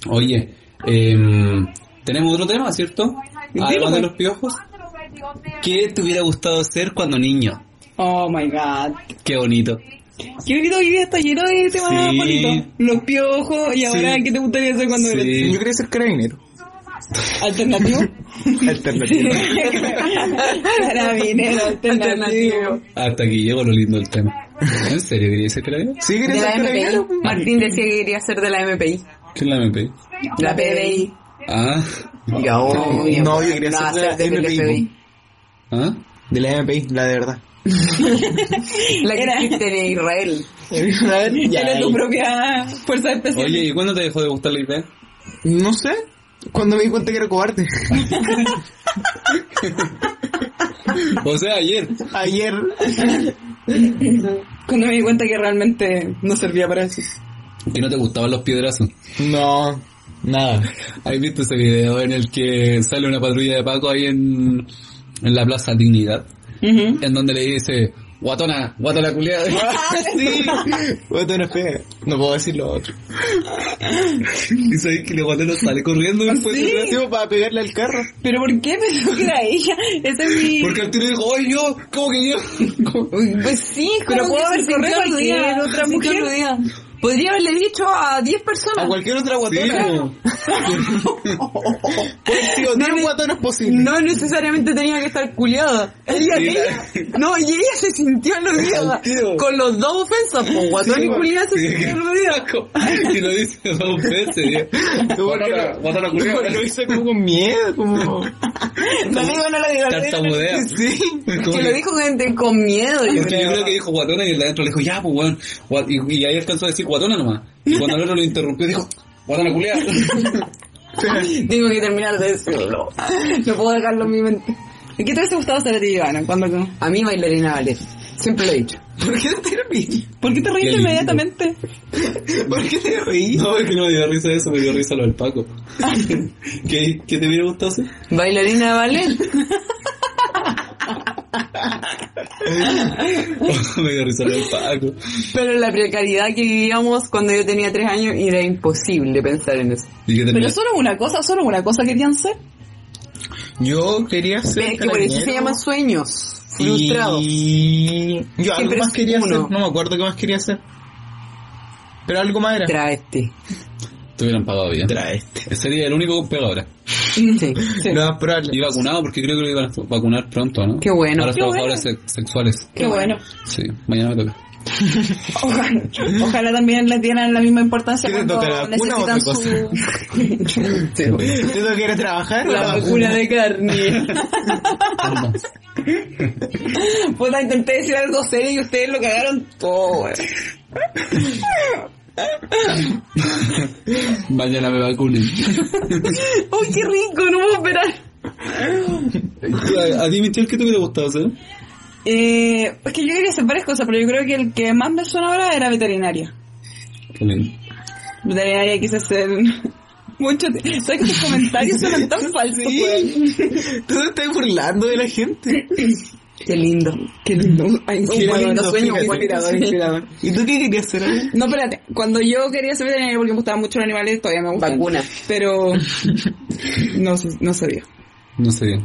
S2: Oye, em, tenemos otro tema, ¿cierto? Además de
S3: pues.
S2: los piojos. ¿Qué te hubiera gustado ser cuando niño?
S3: Oh my god.
S2: Qué bonito.
S3: Yo creo que hoy día está lleno de temas
S2: Sí.
S3: bonitos. este Los piojos y ahora,
S2: Sí.
S3: ¿qué te gustaría hacer cuando
S2: Sí.
S3: eres
S6: Yo quería ser carabinero.
S3: alternativo?
S6: Alternativo.
S3: Carabinero alternativo.
S2: Hasta aquí llegó lo lindo del tema. ¿En serio quería ser carabinero?
S6: ¿Sí
S1: De
S6: quería
S1: la
S6: ser carabinero?
S1: MPI. Martín decía que quería ser de la MPI.
S2: ¿Quién la MP?
S1: La PDI.
S2: Ah,
S1: Yo,
S6: No, yo quería ser de la MPI.
S2: ah.
S6: De la MPI, la de verdad.
S1: La que existe en Israel.
S6: A ver, ya.
S3: Era tu propia fuerza especial.
S2: Oye, ¿y cuándo te dejó de gustar la idea?
S6: No sé. Cuando me di cuenta que era cobarde.
S2: O sea, ayer.
S6: Ayer.
S3: Cuando me di cuenta que realmente no servía para eso.
S2: Que no te gustaban los piedrazos.
S6: No. Nada.
S2: ¿Has visto ese video en el que sale una patrulla de Paco ahí en, en la Plaza Dignidad?
S3: Ujú.
S2: En donde le dice, guatona, guatona culiada.
S6: Ah. sí. Otra no pega. No puedo decir lo otro.
S2: y sabes que la guatona sale corriendo
S6: Ah,
S2: después.
S3: ¿Sí?
S2: de-
S6: Digo, para pegarle al carro.
S3: ¿Pero por qué pensó que era ella? Esa es mi...
S2: Porque el tío dijo, ¡ay, yo! ¿Cómo que yo?
S1: Pues sí,
S3: Pero puedo haber corrido al día de otra mujer.
S1: Podría haberle dicho a 10
S6: A
S1: personas.
S6: cualquier otra guatona. Pues, tío, tres guatonas posibles.
S1: No necesariamente tenía que estar culiada. Ella,
S2: Sí,
S1: ella- no, y ella se sintió aludida.
S2: Contigo.
S1: Con los dos ofensas, pues guatón y
S6: Sí,
S1: culiada se sintió aludida.
S2: como- y lo dice dos veces.
S6: Tú, porque
S2: Guatona,
S6: lo-
S2: guatona
S6: lo,
S2: culiada.
S6: lo hice como con miedo, como...
S1: No le digo, no la digo.
S2: Tartamudea.
S6: Sí.
S2: Como
S1: Que lo dijo gente con miedo. yo
S2: Porque yo
S1: creo.
S2: creo que dijo guatona y el de adentro le dijo, ya, pues weón. Gua- Y, y ahí alcanzó a decir guatona nomás. Y cuando el otro lo interrumpió, dijo, guatona culiada.
S1: Tengo que terminar de decirlo. No puedo dejarlo en mi mente.
S3: ¿Qué te hubiese gustado saber de Ivana? Cuando...
S1: A mí bailarina ballet. Siempre lo he dicho.
S6: ¿Por qué te reí?
S3: ¿Por qué te
S2: Qué
S3: reíste
S2: lindo.
S3: inmediatamente?
S6: ¿Por qué te reí?
S2: No, es que no me dio risa eso, me dio risa lo del Paco. ¿Qué, qué te hubiera gustado hacer?
S1: Bailarina ballet.
S2: me dio risa lo del Paco.
S1: Pero la precariedad que vivíamos cuando yo tenía 3 años era imposible pensar en eso.
S2: Y que
S3: Pero
S2: terminó.
S3: solo una cosa, solo una cosa querían ser.
S6: Yo quería ser
S1: Es que por eso se
S6: carabinero.
S1: llaman sueños. Frustrados.
S6: Y... Yo algo
S1: Siempre
S6: más
S1: es
S6: quería
S1: uno.
S6: hacer, no me acuerdo qué más quería hacer. Pero algo más era.
S1: Travesti.
S2: Te hubieran pagado bien.
S6: Trae este.
S2: Sería el único con pega ahora.
S1: Sí.
S3: Sí.
S6: Lo más probable.
S2: Y vacunado porque creo que lo iban a vacunar pronto, ¿no?
S1: Qué bueno.
S2: Ahora
S3: Qué
S2: trabajadores sex- sexuales.
S3: Qué bueno.
S2: Sí, mañana me toca.
S3: Ojalá, ojalá también les dieran la misma importancia
S6: ¿Qué te toca, la
S3: cuando
S6: vacuna o otra
S3: necesitan su...
S6: ¿Tú no quieres trabajar?
S3: La vacuna de carne. Puta, intenté decir algo serio y ustedes lo cagaron todo, güey.
S2: Mañana me vacunen.
S1: Oh,
S3: ¡Uy, qué rico! No puedo esperar.
S2: A, a ti, Michelle, ¿qué te hubiera gustado hacer?
S3: Eh, es que yo quería hacer varias cosas, pero yo creo que el que más me suena ahora era veterinaria.
S2: Qué lindo.
S3: Veterinaria quise hacer mucho... ti- ¿Sabes que tus comentarios suenan tan falsos, güey?
S6: Tú te estás burlando de la gente.
S3: Qué lindo. Qué lindo. Ay, sí,
S6: Qué
S3: bueno,
S6: lindo,
S3: no sueño,
S6: fíjate.
S3: güey.
S6: ¿Y tú qué querías hacer? Ale?
S3: No, espérate. Cuando yo quería ser veterinaria porque me gustaban mucho los animales, todavía me gustan.
S1: Vacuna.
S3: Pero no, sé- no sabía.
S2: No sé.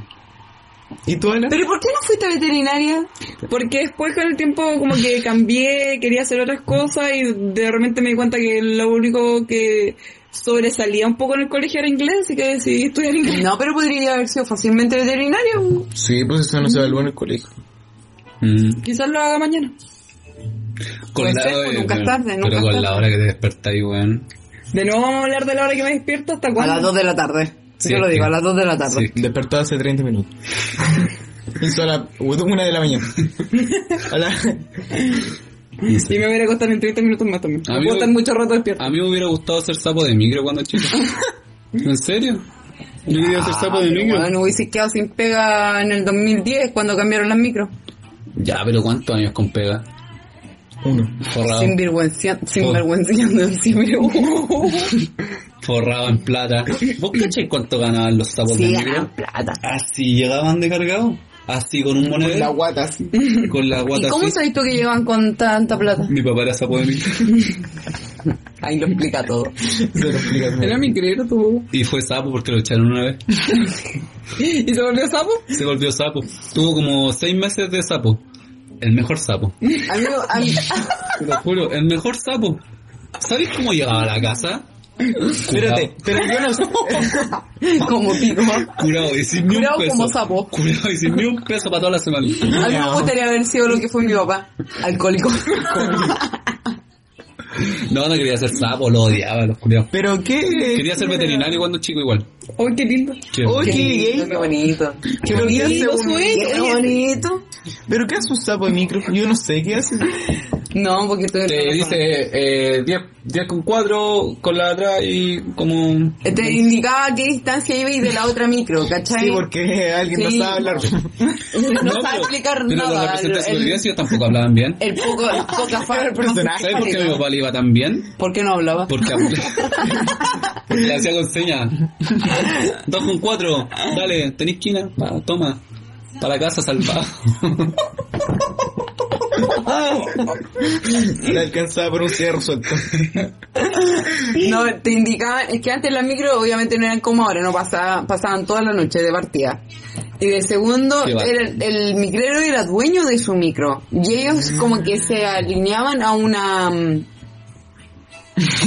S6: ¿Y tú, Ana?
S3: ¿Pero por qué no fuiste veterinaria? Porque después con el tiempo como que cambié, quería hacer otras cosas y de repente me di cuenta que lo único que sobresalía un poco en el colegio era inglés, así que decidí estudiar inglés.
S1: No, pero podría haber sido fácilmente veterinario.
S6: Sí, pues eso no se evalúa en el colegio.
S2: Mm.
S3: Quizás lo haga mañana.
S2: Con la,
S1: ser, pues, nunca es tarde, nunca
S2: pero
S1: es
S2: con
S1: tarde.
S2: la hora que te despertáis, weón.
S3: De nuevo vamos a hablar de la hora que me despierto hasta
S1: A las
S3: cuándo.
S1: 2 de la tarde.
S2: Sí,
S1: Yo lo
S2: sí.
S1: digo, a las 2 de la tarde.
S2: Sí.
S6: Despertó hace 30 minutos. Hizo a la una de la mañana. A la...
S3: Y me voy a ir a acostar en 30 minutos más también.
S2: A
S3: Me
S2: mí
S3: puedo
S2: me-
S3: estar mucho rato despierto.
S2: A mí me hubiera gustado ser sapo de micro cuando chico. ¿En serio? Yo quería
S6: Ah.
S2: ser sapo de micro.
S1: Bueno, hubiese quedado sin pega en el 2010 cuando cambiaron las micros.
S2: Ya, pero ¿cuántos años con pega?
S6: Uno.
S2: Forrado,
S1: Sin vergüenza,
S2: Oh.
S1: sin vergüenza.
S2: forrado en plata. ¿Vos cachai cuánto ganaban los sapos de
S1: Sí,
S2: micro?
S1: ganan plata.
S2: Así llegaban de cargado. Así con un
S6: La
S2: monedero.
S6: guata, así.
S2: Con la
S1: ¿Y
S2: guata
S1: cómo
S2: así.
S1: sabes tú que llevan con tanta plata?
S2: Mi papá era sapo de micro.
S1: Ahí lo explica todo.
S6: Se lo explicas muy
S3: Era mi querido tú.
S2: Y fue sapo porque lo echaron una vez.
S3: ¿Y se volvió sapo?
S2: Se volvió sapo. Tuvo como seis meses de sapo. El mejor sapo.
S1: Amigo, a mí-
S2: Te lo juro, el mejor sapo. ¿Sabes cómo llegaba a la casa?
S6: Espérate, pero yo no sé.
S1: como pico.
S2: Curado y sin ni un
S1: Curado
S2: peso.
S1: como sapo.
S2: Curado y sin ni un peso para toda la semana.
S1: A mí me gustaría haber sido lo que fue mi papá, alcohólico.
S2: No, no quería ser sapo, lo odiaba, los curados.
S6: ¿Pero qué?
S2: Quería ser veterinario cuando chico igual.
S3: ¡Uy, qué lindo!
S2: Sí.
S6: Oye,
S1: Qué bonito.
S6: ¿eh? ¿Qué
S3: Qué
S6: hace
S3: lindo
S6: un-
S3: sueño.
S1: Qué bonito.
S6: ¿Pero qué hace un sapo de micro? Yo no sé qué hace.
S1: No, porque tú
S2: Te dice eh, 10 10 con 4 con la de atrás y como...
S1: Te indicaba qué distancia iba y de la otra micro, ¿cachai?
S6: Sí, porque alguien
S1: Sí.
S6: no sabe hablar.
S1: no,
S2: No,
S1: sabe
S2: pero-
S1: explicar
S2: Pero los
S1: nada.
S2: representantes de
S1: el,
S2: seguridad sí tampoco hablaban bien.
S1: el poco, el poca fa-
S6: El personaje.
S2: ¿Sabes por qué mi papá le iba tan bien?
S1: ¿Por qué no hablaba?
S2: Porque, porque le hacía con señas. Dos con cuatro, dale, tenés esquina, pa, toma. Para la casa salvado.
S6: Le alcanzaba por un cierre suelto.
S1: No, te indicaban, es que antes las micro obviamente no eran como ahora, no pasaban, pasaban toda la noche de partida. Y de segundo,
S2: Qué bacán.
S1: era, el micrero era dueño de su micro. Y
S2: Ah.
S1: ellos como que se alineaban a una... mm,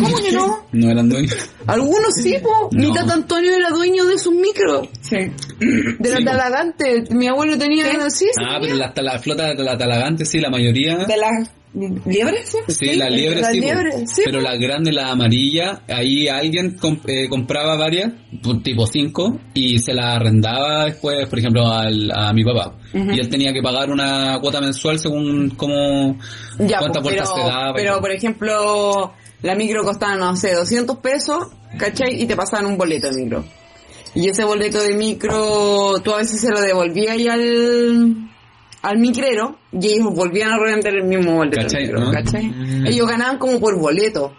S1: ¿Cómo que no?
S2: No eran dueños.
S1: Algunos sí, po.
S2: No.
S1: Mi tata Antonio era dueño de sus micros.
S3: Sí.
S1: De la
S2: Sí, po.
S1: talagante. Mi abuelo tenía... Sí, sí,
S2: Ah, pero la, la flota de la talagante, sí, la mayoría.
S3: ¿De las liebres?
S2: Sí, la liebre
S1: la
S2: sí, po.
S1: liebre, sí,
S2: pero la grande, la amarilla, ahí alguien comp- eh, compraba varias, pu- tipo 5, y se las arrendaba después, por ejemplo, al- a mi papá. Y él tenía que pagar una cuota mensual según como
S1: Ya,
S2: cuántas
S1: pues,
S2: vueltas
S1: pero,
S2: se daba. y
S1: pero
S2: todo.
S1: por ejemplo, la micro costaba, no sé, 200 pesos, ¿cachai? Y te pasaban un boleto de micro. Y ese boleto de micro, tú a veces se lo devolvías ahí al, al micrero y ellos volvían a rentar el mismo boleto. de
S2: ¿Cachai?
S1: micro,
S2: ¿No? Ah.
S1: ¿cachai? Ellos ganaban como por boleto.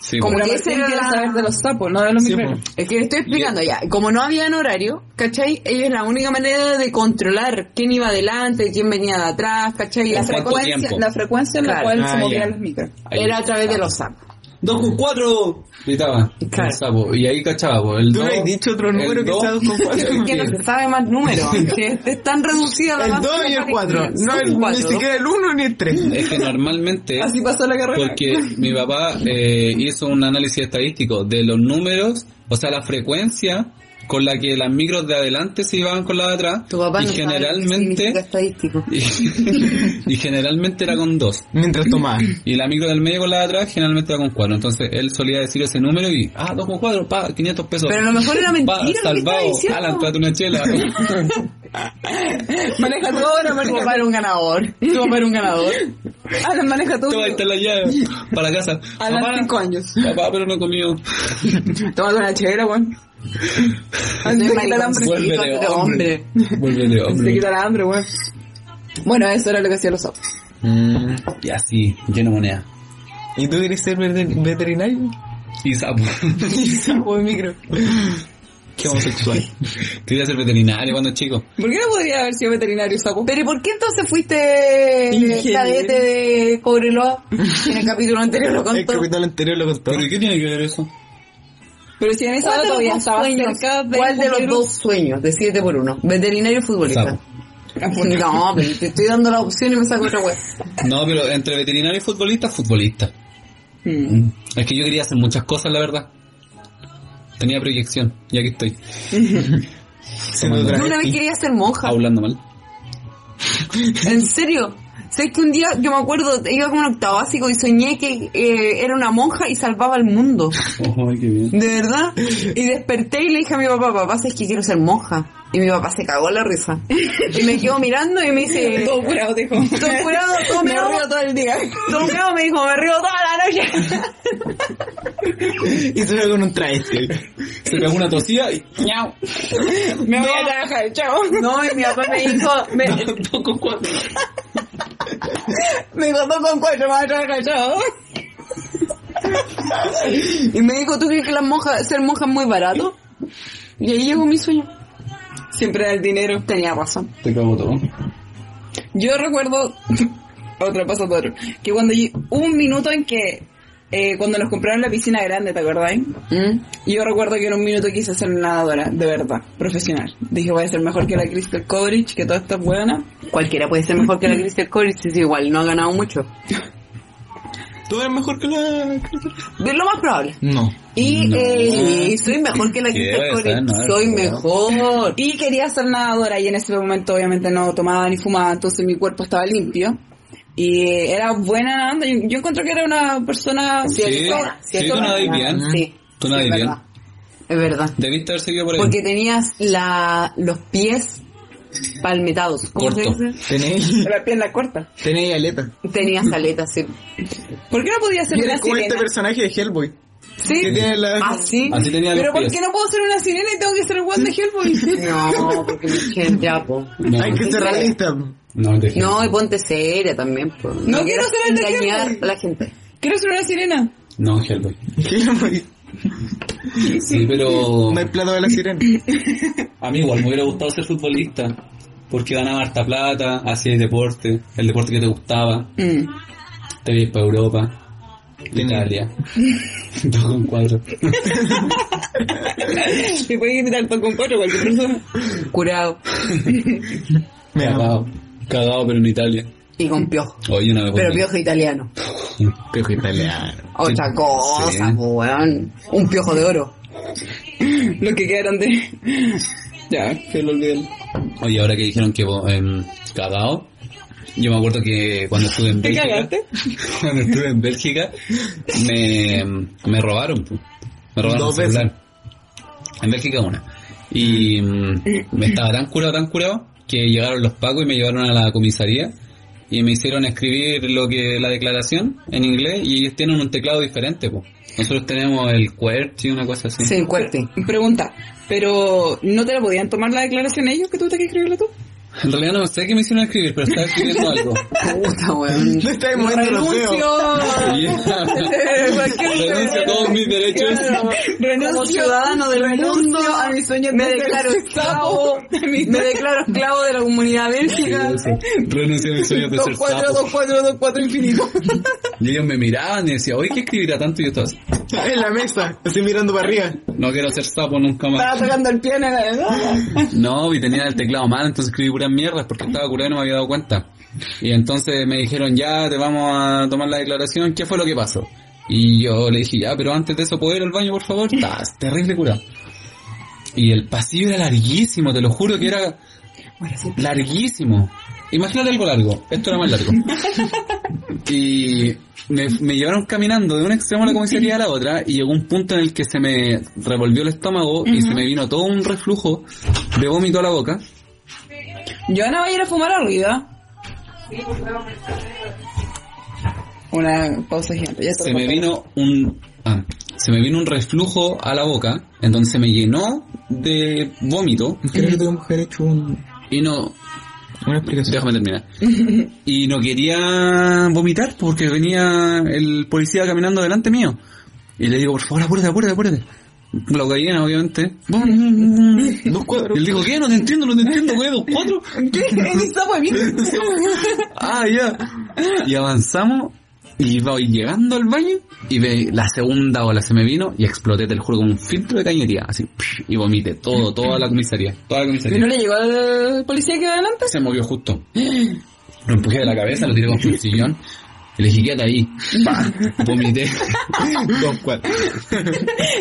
S2: Sí,
S1: como
S2: po.
S3: Pero
S1: que ese
S3: Martín
S1: era
S3: quiere
S1: la-
S3: saber de los sapos, no de los
S6: Sí,
S3: micreros.
S2: pues.
S1: Es que le estoy explicando ya, como no habían horario, ¿cachai? Ellos la única manera de controlar quién iba adelante, quién venía de atrás, ¿cachai? Y
S2: ¿Con
S1: la
S2: cuánto
S1: frecuencia
S2: tiempo?
S3: La frecuencia en la
S1: Claro.
S3: cual se
S6: Ah,
S3: movían
S6: ya.
S3: los micros.
S2: Ahí.
S1: era a través de los sapos.
S2: ¡Dos con cuatro! Gritaba.
S1: Claro.
S2: el sapo. Y ahí cachaba, po, el
S6: Tú
S2: dos-
S6: me has dicho otro
S2: el
S6: número que
S2: dos-
S6: está dos con cuatro.
S1: Es que no se sabe más números. que es tan reducida la
S6: El
S1: masa
S6: 2 y el
S1: que
S6: 4. No,
S1: son
S6: el-
S1: cuatro.
S6: ni siquiera el 1 ni el 3.
S2: Es que normalmente...
S3: Así pasó la carrera.
S2: Porque mi papá eh, hizo un análisis estadístico de los números, o sea, la frecuencia con la que las micros de adelante se iban con la de atrás.
S1: Tu papá
S2: y
S1: no sabe lo que significa
S2: generalmente
S1: estadístico.
S2: y, y generalmente era con dos.
S6: Mientras tomaba.
S2: Y la micro del medio con la de atrás generalmente era con cuatro. Entonces él solía decir ese número y, ah, dos con cuatro, pa, 500 pesos.
S1: Pero a lo mejor era mentira
S2: Va,
S1: lo que estaba
S2: salvado,
S1: diciendo.
S2: Alan, trate una chela.
S1: Maneja todo, no maneja. Tu papá era un ganador. Tu papá era un ganador.
S3: Alan maneja todo.
S2: Toma, ahí está la llave para casa.
S3: Alan,
S2: Papá,
S3: cinco años.
S2: papá, pero no he comido.
S3: Toma una chevera, weón.
S1: Ese
S3: Antes de quitar el hambre.
S1: mariconcito
S2: Vuélvete
S1: de
S2: hombre. Vuélvete
S3: Antes de
S2: hombre.
S3: quitar el hambre, weón. Bueno, eso era lo que hacían los sapos.
S2: Mm, y así, lleno de moneda.
S6: ¿Y tú quieres ser veter- veterinario?
S2: Y sapo.
S3: Sapo de micro.
S6: Qué homosexual.
S2: Quería ser veterinario cuando chico.
S3: ¿Por qué no podría haber sido veterinario sapo?
S1: Pero ¿y por qué entonces fuiste
S6: Ingeniero.
S1: cadete de Cobreloa? En el capítulo anterior lo
S6: El
S1: contó.
S6: capítulo anterior lo contó.
S2: ¿Pero ¿y qué tiene que ver eso?
S3: Pero si en esa
S1: ¿Cuál
S3: edad
S1: de los
S3: todavía
S1: dos
S3: estaba
S1: sueños?
S3: cerca de...
S1: ¿Cuál de los dos sueños? De 7 por 1. Veterinario y futbolista.
S2: Sapo.
S1: No, pero te estoy dando la opción y me saco otra wea.
S2: No, pero entre veterinario y futbolista, futbolista.
S3: Mm.
S2: Mm. Es que yo quería hacer muchas cosas, la verdad. Tenía proyección, y aquí estoy.
S6: Siendo
S1: Yo una vez
S6: travesti.
S1: quería ser monja.
S2: Hablando mal.
S1: ¿En serio? ¿Sabes que un día, yo me acuerdo, iba como en octavo básico y soñé que eh, era una monja y salvaba al mundo?
S2: Oh, Ay, qué bien.
S1: De verdad. Y desperté y le dije a mi papá, papá, ¿sabes que quiero ser monja? Y mi papá se cagó la risa. Y me quedó mirando y me dice,
S3: Todo curado, dijo.
S1: todo curado, todo
S3: Me
S1: meado,
S3: río todo el día.
S1: todo meado", me dijo, me río toda la noche.
S6: Y se ve con un travesti.
S2: Se pegó una tosía y... ¡Miau!
S3: Me voy a trabajar, chao.
S1: No, y mi papá me dijo, me,
S2: Tampoco cuatro.
S1: me dijo, "Dos con cuatro, me voy a trabajar, chao". Y me dijo, ¿tú crees que las monjas, ser monja es muy barato? Y ahí llegó mi sueño.
S3: Siempre era el dinero.
S1: Tenía razón.
S2: Te cago todo.
S3: Yo recuerdo, otro paso por otro, que cuando yo- hubo un minuto en que, eh, cuando nos compraron la piscina grande, ¿te acordás?
S1: ¿Mm?
S3: Y Yo recuerdo que en un minuto quise ser nadadora, de verdad, profesional. Dije, voy a ser mejor que la Crystal Coverage, que todas estas buenas.
S1: Cualquiera puede ser mejor que la Crystal College, es igual, no ha ganado mucho.
S6: ¿Tú eres mejor que la...?
S1: Es lo más probable.
S6: No.
S1: Y
S2: No.
S1: eh, soy mejor que la
S2: ¿Qué
S1: Crystal
S2: va a
S1: College,
S2: estar? No,
S1: soy
S2: no.
S1: mejor.
S3: Y quería ser nadadora y en ese momento obviamente no tomaba ni fumaba, entonces mi cuerpo estaba limpio. Y eh, era buena nadando, yo, yo encuentro que era una persona...
S2: Sí,
S1: es buena,
S2: sí,
S1: es
S2: tú
S1: buena.
S2: nadáis bien.
S1: Sí,
S2: Tú
S1: sí,
S2: nadáis
S1: es
S2: bien.
S1: verdad. Es verdad.
S2: Debiste haber seguido por ahí.
S1: Porque tenías la, los pies palmetados. ¿Cómo
S2: Corto.
S1: se dice?
S6: Tenéis...
S3: La pierna corta.
S6: Tenéis aleta.
S1: Tenías aletas, sí.
S3: ¿Por qué no podía ser
S6: Y
S3: una
S6: eres como este
S3: sirena?
S6: personaje de Hellboy.
S1: ¿Sí?
S6: Que tiene la...
S1: ¿Ah, sí?
S2: Así tenía
S3: Pero
S2: los
S3: ¿por
S2: pies.
S3: qué no puedo ser una sirena y tengo que ser el guante de Hellboy?
S1: No, porque me dijeron ya, po.
S2: No,
S6: Hay que ser realista.
S2: no, te no.
S1: No, y ponte seria también, po.
S3: No quiero ser el de
S1: engañar
S3: Hellboy.
S1: a la gente.
S3: Quiero ser una sirena.
S2: no, Hellboy.
S6: Hellboy.
S2: Sí, pero...
S6: No hay plato de la sirena.
S2: A mí igual me hubiera gustado ser futbolista. Porque ganaba harta plata, hacía deporte, el deporte que te gustaba.
S3: Mm.
S2: Te ibas para Europa, Italia. Dos con cuatro.
S3: Te puedes invitar todo con cuatro cualquier persona.
S1: Curado.
S6: Me amo.
S2: Cagado. Cagado, pero en Italia.
S1: Y con piojo.
S2: Oye, una vez.
S1: Pero
S2: volví.
S1: piojo italiano.
S6: Piojo italiano.
S1: Otra
S2: Sí.
S1: cosa,
S2: Sí.
S1: po, weón. Un piojo de oro.
S3: Los que quedaron de... Ya, que lo olvidé.
S2: Oye, ahora que dijeron que em, cagado, yo me acuerdo que cuando estuve en
S3: ¿Te
S2: Bélgica.
S3: cagaste?
S2: Cuando estuve en Bélgica, me, me robaron. pu. Me robaron
S6: Dos
S2: el celular. En Bélgica una. Y mm, me estaba tan curado, tan curado, que llegaron los pacos y me llevaron a la comisaría y me hicieron escribir lo que la declaración en inglés y ellos tienen un teclado diferente. pu. Nosotros tenemos el QWERTY, una cosa así.
S1: Sí, cuerte.
S3: Pregunta, pero ¿no te la podían tomar la declaración ellos que tú te que escribirla tú?
S2: En realidad no sé qué me hicieron escribir, pero estaba escribiendo algo.
S1: Puta, weón.
S6: No estáis moviendo los dedos.
S2: Y- Renuncio a todos mis derechos.
S1: Como ciudadano del mundo,
S3: a mis sueños
S1: me
S3: de
S1: declaro
S3: ser
S1: esclavo, me declaro esclavo de la comunidad bélgica.
S2: Renuncio a mis sueños de ser sapo.
S3: 2424 infinito.
S2: Y ellos me miraban y decían, oye, ¿qué escribirá tanto? Y yo estaba así,
S6: En la mesa. Así mirando para arriba.
S2: no quiero ser sapo nunca más.
S3: Estaba tocando el piano en la
S2: No, y tenía el teclado mal, entonces escribí puras mierdas porque estaba curado y no me había dado cuenta. Y entonces me dijeron, ya, te vamos a tomar la declaración, ¿qué fue lo que pasó? Ah, Y yo le dije, ya, pero antes de eso, ¿puedo ir al baño, por favor? Estás terrible curado. Y el pasillo era larguísimo, te lo juro que era larguísimo. Imagínate algo largo, esto era más largo. y me, me llevaron caminando de un extremo de la comisaría a la otra y llegó un punto en el que se me revolvió el estómago y se me vino todo un reflujo de vómito a la boca.
S3: Joana va a ir a fumar arriba. Una pausa gigante. Ya está.
S2: se me vino un ah, se me vino un reflujo a la boca en donde se me llenó de vómito
S6: Creo que tenemos que haber hecho un-
S2: y no
S6: una explicación.
S2: déjame terminar y no quería vomitar porque venía el policía caminando delante mío y le digo por favor apúrate apúrate apúrate la cocaína obviamente
S6: Dos
S2: y
S6: cuadros.
S2: él dijo, ¿qué? No te entiendo, no te entiendo, güey, dos, cuatro.
S3: ¿Qué? Está muy pues, bien.
S2: Ah, ya. Y avanzamos y voy llegando al baño y ve la segunda ola se me vino y exploté, te lo juro, como un filtro de cañería. Así, psh, y vomité todo, toda la comisaría. Toda la
S3: ¿Y
S2: comisaría.
S3: no le llegó al policía que iba adelante?
S2: Se movió justo. Lo empujé de la cabeza, lo tiré con el sillón. Y le dije, quédate ahí. Pa, vomité.
S6: Dos cuadros.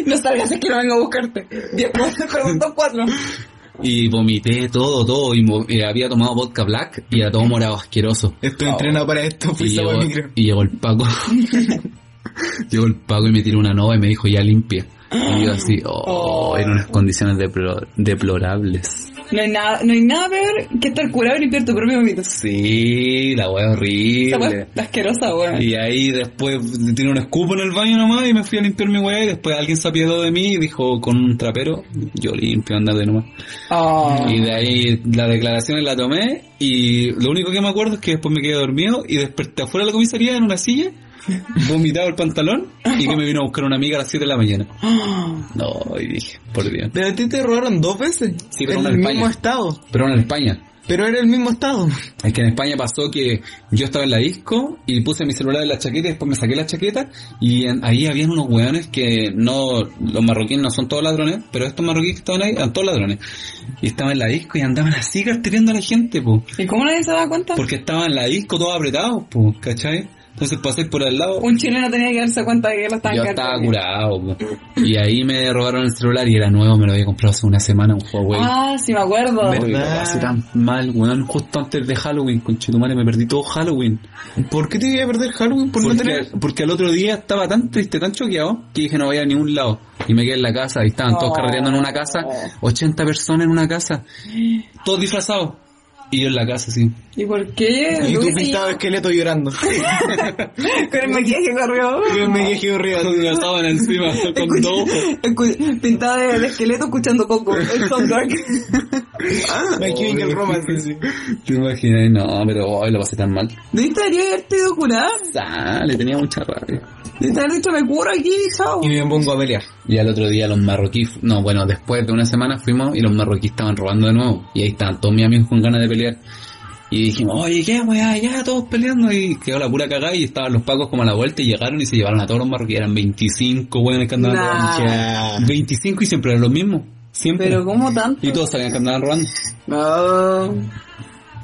S3: No sabías que no vengo a buscarte. Diez cuatro, preguntó cuatro.
S2: Y vomité todo, todo. Y mo- eh, había tomado vodka black y era todo morado asqueroso.
S6: Estoy entrenado para esto, fui
S2: Y
S6: sábado
S2: llegó,
S6: al micro.
S2: y llegó el Paco. llegó el Paco y me tiró una nova y me dijo ya limpia. Y yo así, oh, en unas condiciones deplor- deplorables.
S3: No hay nada, no hay nada peor que estar curado y limpiar tu propio vómito. Esa
S2: Sí, la wea
S3: weá
S2: horrible.
S3: está asquerosa, weón.
S2: Y ahí después tiene un escupo en el baño nomás y me fui a limpiar mi wea y después alguien se apiadó de mí y dijo con un trapero, yo limpio, andate nomás.
S3: Oh.
S2: Y de ahí las declaraciones la tomé y lo único que me acuerdo es que después me quedé dormido y desperté afuera de la comisaría en una silla, vomitado el pantalón y que me vino a buscar una amiga a las 7 de la mañana. No, y dije, por Dios.
S6: Pero a ti te robaron dos veces.
S2: Sí, pero
S6: en
S2: una
S6: el
S2: en
S6: mismo
S2: España.
S6: estado.
S2: Pero en España.
S6: Pero era el mismo estado.
S2: Es que en España pasó que yo estaba en la disco y puse mi celular en la chaqueta y después me saqué la chaqueta y en- ahí habían unos hueones que no, los marroquíes no son todos ladrones, pero estos marroquíes que estaban ahí eran todos ladrones. Y estaban en la disco y andaban así cartereando a la gente, po.
S3: ¿Y cómo nadie se daba cuenta?
S2: Porque estaban en la disco todos apretados, pues, ¿cachai? Entonces pasé por al lado.
S3: Un chileno tenía que darse cuenta de que lo estaban
S2: Yo
S3: cargando.
S2: estaba curado, po. Y ahí me robaron el celular y era nuevo, me lo había comprado hace una semana, un Huawei.
S3: Ah, sí me acuerdo.
S2: Me lo
S6: ¿verdad?
S2: pasé tan mal, weón, justo antes de Halloween, con Chitumare, me perdí todo Halloween.
S6: ¿Por qué te iba a perder Halloween por no
S2: Porque,
S6: tener
S2: porque al otro día estaba tan triste, tan choqueado, que dije no voy a ningún lado. Y me quedé en la casa, y estaban todos
S3: Oh.
S2: carreteando en una casa, 80 personas en una casa, todos disfrazados. Y yo en la casa, así.
S3: ¿Y por qué?
S6: y tú
S3: Luis
S6: pintado de esqueleto llorando?
S3: Con el maquillaje corrió.
S6: Yo me quejé horrible.
S2: Disfrazaban encima, con dos ojos.
S3: Pintado de, de esqueleto escuchando Coco. El soundtrack.
S6: My Chemical Romance. sí.
S2: Te imaginas, no, pero ay, lo pasé tan mal.
S3: ¿Debiste debería haberte ido a curar?
S2: Ah, le tenía mucha rabia.
S3: ¿Debiste haber dicho me curo aquí, chao?
S6: Y me pongo a pelear.
S2: Y al otro día los marroquíes, no, bueno, después de una semana fuimos y los marroquíes estaban robando de nuevo. Y ahí estaban todos mis amigos con ganas de pelear. Y dijimos, oye, ¿qué, weá? Ya, todos peleando. Y quedó la pura cagada y estaban los pacos como a la vuelta y llegaron y se llevaron a todos los marroquíes. Eran 25, weones que andaban
S3: Nah.
S2: robando.
S6: Ya.
S2: 25 y siempre eran los mismos. Siempre.
S3: Pero ¿cómo tanto?
S2: Y todos sabían que andaban robando.
S3: No.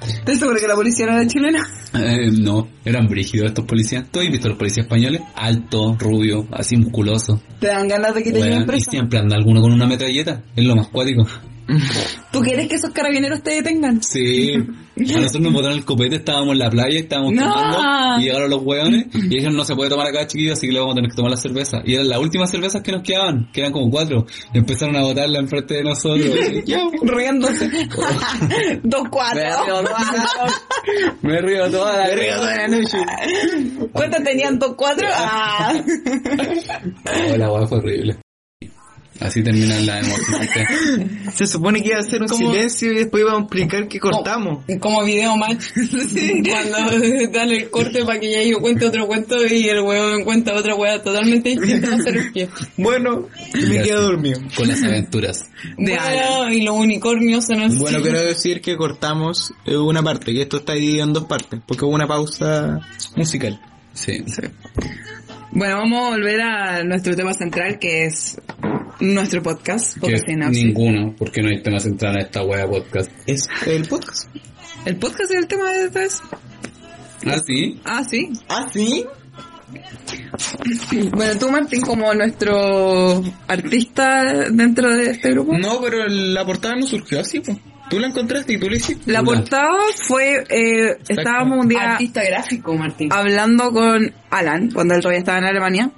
S3: ¿Estás seguro que la policía no era chilena?
S2: Eh, no, eran brígidos estos policías. ¿Tú has visto a los policías españoles? Alto, rubio, así musculoso.
S3: Te dan ganas de que te lleven
S2: Weón, y
S3: preso.
S2: siempre anda alguno con una metralleta. Es lo más cuático.
S3: ¿Tú quieres que esos carabineros te detengan?
S2: Sí. A nosotros nos botaron el copete, estábamos en la playa, estábamos
S3: No.
S2: tomando, y llegaron los hueones, y dijeron no se puede tomar acá chiquillos, así que le vamos a tener que tomar la cerveza. Y eran las últimas cervezas que nos quedaban, que eran como cuatro, y empezaron a botarla enfrente de nosotros.
S3: Riéndose. Dos cuatro.
S2: Me río toda la
S3: ¿Cuántas tenían dos cuatro? Ah.
S2: Oh, la hueá fue horrible. Así terminan las emociones.
S6: Se supone que iba a hacer un
S3: ¿Cómo?
S6: silencio y después iba a implicar que cortamos.
S3: Como video match. Cuando dan el corte para que ya yo cuente otro cuento y el huevo cuenta otra hueá totalmente distinta a ser pie.
S6: Bueno,
S2: Ya
S6: me quedé
S2: sí.
S6: dormido.
S2: Con las aventuras.
S3: Bueno, y los unicornios en el
S6: Bueno, quiero decir que cortamos eh, una parte, que esto está dividido en dos partes, porque hubo una pausa musical.
S2: Sí.
S3: Bueno, vamos a volver a nuestro tema central que es nuestro podcast,
S2: Que
S3: Podcast Sinapsis.
S2: ninguno, porque no hay tema central en esta hueá de podcast.
S6: Es el podcast.
S3: ¿El podcast es el tema de esta vez?
S2: Ah, sí.
S3: Ah, sí.
S6: ¿Ah, sí?
S3: Bueno, tú, Martín, como nuestro artista dentro de este grupo.
S6: No, pero la portada no surgió así, pues. Tú la encontraste y tú la hiciste.
S3: La portada fue, eh, estábamos un día
S1: Artista gráfico, Martín.
S3: hablando con Alan, cuando él todavía estaba en Alemania,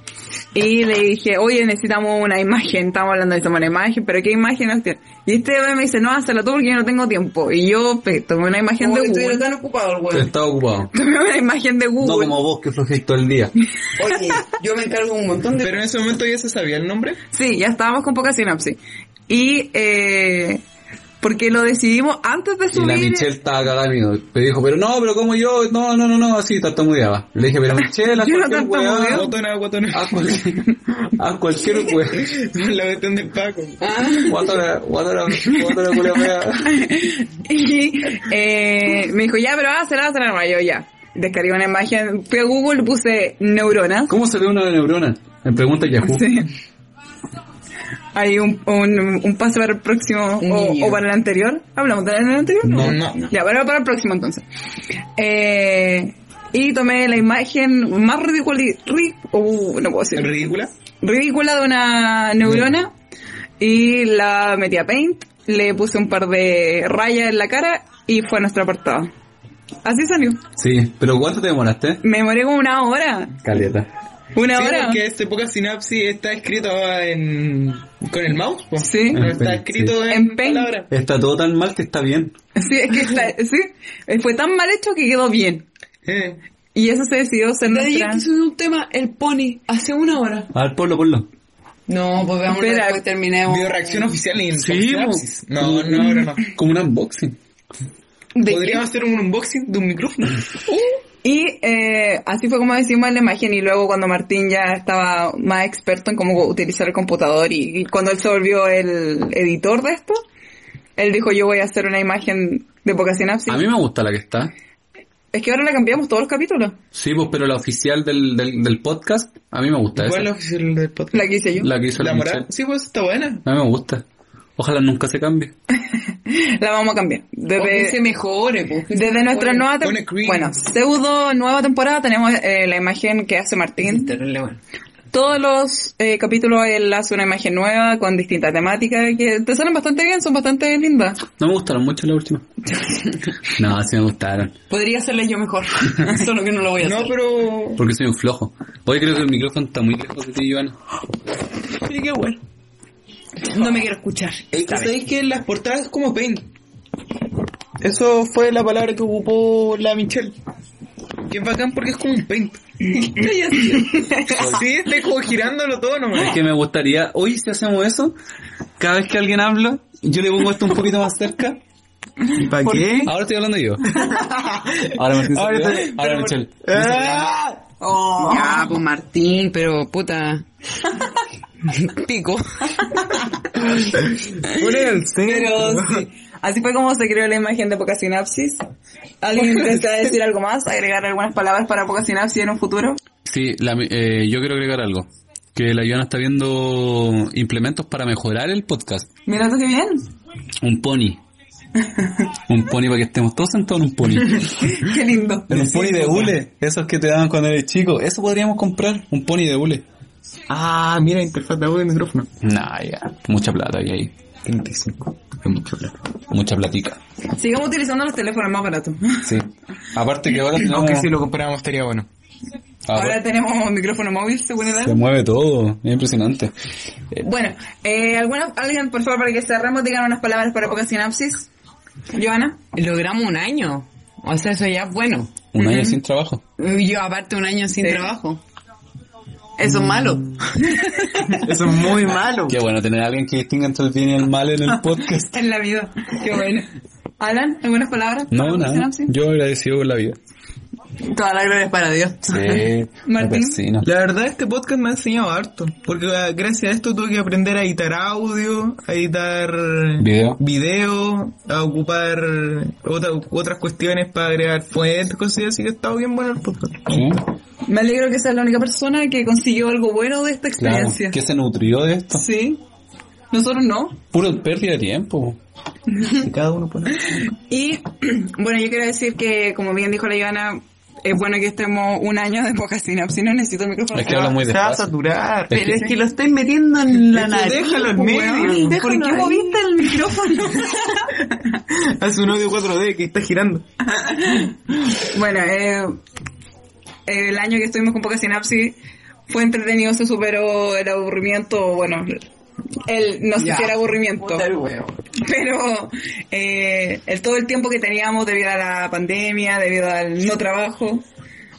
S3: y le dije, oye, necesitamos una imagen, estamos hablando de tomar una imagen, pero ¿qué imagen hostia? Y este bebé me dice, no, hazla tú porque yo no tengo tiempo. Y yo pe, tomé una imagen
S1: Como
S3: de
S1: que
S3: Google.
S1: estuviera tan ocupado el weón.
S2: Estaba ocupado.
S3: Tomé una imagen de
S2: No
S3: Google.
S2: como vos que flojéis todo el día.
S1: Oye, yo me encargo un montón de...
S6: Pero en ese momento ya se sabía el nombre.
S3: Sí, ya estábamos con poca sinapsis. Y, eh, porque lo decidimos antes de
S2: Y la
S3: subir.
S2: Michelle estaba cagada de miedo. Me dijo, pero no, pero como yo, no, no, no, no, así tartamudeaba. Le dije, pero Michelle, haz
S3: Yo no
S2: cualquier
S6: Ah,
S3: tartamudeo.
S2: weá.
S6: Guatona, guatona.
S2: Haz cualquier, haz cualquier weá.
S6: La cuestión del Paco.
S2: Guatona, guatona, guatona, culia fea.
S3: Y eh, me dijo, ya, pero hazla, hazla, nomás. yo ya. Descargué una imagen, fui a Google, puse neuronas.
S2: ¿Cómo se ve una neurona? Me pregunta Yahoo.
S3: Sí. Hay un, un, un pase para el próximo
S1: Un
S3: o,
S1: guiño.
S3: o para el anterior. ¿Hablamos del anterior?
S2: No,
S6: no, no.
S3: Ya, bueno, para el próximo entonces. Eh, y tomé la imagen más ridícula, ri- uh, no puedo decir,
S6: Ridícula.
S3: ridícula de una neurona y la metí a Paint, le puse un par de rayas en la cara y fue nuestro apartado. Así salió.
S2: Sí, pero ¿cuánto te demoraste?
S3: Me demoré como una hora.
S2: Caleta.
S3: Una
S6: Sí,
S3: hora.
S6: porque este poca sinapsis está escrito en... con el mouse, po.
S3: Sí.
S6: Pero
S2: En
S6: está
S2: Paint,
S6: escrito
S3: sí.
S6: en,
S3: En Paint.
S6: palabras.
S2: Está todo tan mal que está bien.
S3: Sí, es que está- sí, eh, fue tan mal hecho que quedó bien.
S6: Eh.
S3: Y eso se decidió ser
S1: Daddy
S3: nuestra...
S1: Yankee subió un tema, el pony, hace una hora.
S2: A ver, ponlo, ponlo.
S1: No, pues veamos
S3: Espera.
S1: después terminemos.
S6: Video reacción oficial en
S2: Sí,
S6: sinapsis.
S2: mo-
S6: No, no, ahora no.
S2: Mm, Como un unboxing.
S3: ¿De
S6: Podríamos Mm. hacer un unboxing de un micrófono.
S3: Y eh, así fue como decidimos la imagen y luego cuando Martín ya estaba más experto en cómo utilizar el computador y, y cuando él se volvió el editor de esto, él dijo yo voy a hacer una imagen de poca sinapsis.
S2: A mí me gusta la que está.
S3: Es que ahora la cambiamos todos los capítulos,
S2: Sí, pues, pero la oficial del, del, del podcast, a mí me gusta
S6: ¿Cuál es la
S2: esa.
S6: oficial del podcast?
S3: la que hice yo. La,
S2: La que hizo la,
S6: ¿La moral?
S2: Michelle.
S6: Sí, pues está buena.
S2: A mí me gusta. Ojalá nunca se cambie.
S3: vamos a cambiar.
S1: O que se
S3: Desde,
S1: mejore, pues. que se
S3: desde
S1: mejore.
S3: nuestra nueva
S6: pone green.
S3: temporada, bueno, pseudo nueva temporada tenemos eh, la imagen que hace Martín.
S1: Internet, bueno.
S3: Todos los eh, capítulos él hace una imagen nueva con distinta temática que te salen bastante bien, son bastante lindas.
S2: No me gustaron mucho la última. no, sí me gustaron.
S1: Podría hacerle yo mejor, solo que no lo voy a
S6: No,
S1: hacer.
S6: pero...
S2: Porque soy un flojo. Hoy creo que el micrófono está muy lejos de ti, Ivana.
S1: Pero qué bueno. No me quiero escuchar.
S6: Es que sabéis que las portadas es como Paint. Eso fue la palabra que ocupó la Michelle. Que es bacán porque es como un Paint. sí, está como girándolo todo
S2: Es
S6: nomás.
S2: que me gustaría, hoy si hacemos eso, cada vez que alguien habla, yo le pongo esto un poquito más cerca.
S6: ¿Para qué?
S2: Ahora estoy hablando yo. Ahora Martín se
S6: Ahora
S2: olvidó.
S6: estoy-
S2: Ahora Michelle.
S6: Ah.
S1: Ya, pues Martín, pero puta. Pico.
S3: Pero sí. Así fue como se creó la imagen de Poca Sinapsis. ¿Alguien desea decir algo más? ¿Agregar algunas palabras para Poca Sinapsis en un futuro?
S2: Sí, la- eh, yo quiero agregar algo. Que la Ivana está viendo implementos para mejorar el podcast.
S3: Mira tú qué bien.
S2: Un pony. Un pony para que estemos todos sentados en un pony.
S3: Qué lindo.
S2: Pero un pony de hule, esos que te daban cuando eres chico. Eso podríamos comprar, un pony de hule.
S6: Ah, mira, interfaz de audio y micrófono.
S2: Nah, ya. Mucha plata hay ahí.
S6: 35. Es mucho plata.
S2: Mucha platica.
S3: Sigamos utilizando los teléfonos más baratos.
S2: Sí. Aparte que ahora tenemos...
S6: Aunque si lo compráramos estaría bueno.
S2: Ah,
S3: Ahora tenemos un micrófono móvil, según edad.
S2: se mueve todo. Es impresionante. Eh,
S3: Bueno, eh, ¿alguna, alguien, por favor, para que cerremos, digan unas palabras para Poca Sinapsis. Joana.
S1: Logramos un año. O sea, eso ya es bueno.
S2: un año sin trabajo.
S1: Yo aparte un año sin
S3: Sí.
S1: trabajo. Eso es malo.
S6: Eso es muy malo.
S2: Qué bueno tener a alguien que distinga entre el bien y el mal en el podcast.
S3: En la vida. Qué bueno. Alan, ¿algunas palabras?
S2: No,
S3: para Poca
S2: nada.
S3: Sinapsis?
S2: Yo agradecido por la vida.
S1: Toda la gloria es para Dios.
S2: Sí.
S3: Martín.
S2: persino.
S6: La verdad este podcast me ha enseñado harto, porque ah, gracias a esto tuve que aprender a editar audio, a editar
S2: Video.
S6: video, a ocupar otra- otras cuestiones para agregar fuentes, cosas así que ha estado bien bueno el podcast.
S2: Sí,
S3: Me alegro que seas la única persona que consiguió algo bueno de esta
S2: Claro.
S3: experiencia.
S2: ¿Qué se nutrió de esto?
S3: Sí. Nosotros no.
S2: Puro pérdida de tiempo.
S6: Y cada uno pone.
S3: Y bueno, yo quiero decir que, como bien dijo la Ivana, es bueno que estemos un año de poca sinapsis, no necesito micrófono.
S2: Es que habla muy
S6: Se va a
S2: despacio.
S6: saturar.
S2: Es
S1: Pero
S2: que-
S1: es que lo estoy metiendo en la
S3: Ah,
S6: Es que
S1: nariz.
S6: déjalo en
S1: po,
S6: medio.
S1: weón.
S3: ¿Por qué
S1: Déjalo ahí.
S3: moviste el micrófono?
S6: Hace un audio 4D que está girando.
S3: bueno, eh, el año que estuvimos con poca sinapsis fue entretenido, se superó el aburrimiento, bueno, el, no sé
S1: Ya.
S3: si era aburrimiento.
S1: Puta el huevo.
S3: pero eh, el, todo el tiempo que teníamos debido a la pandemia, debido al no trabajo.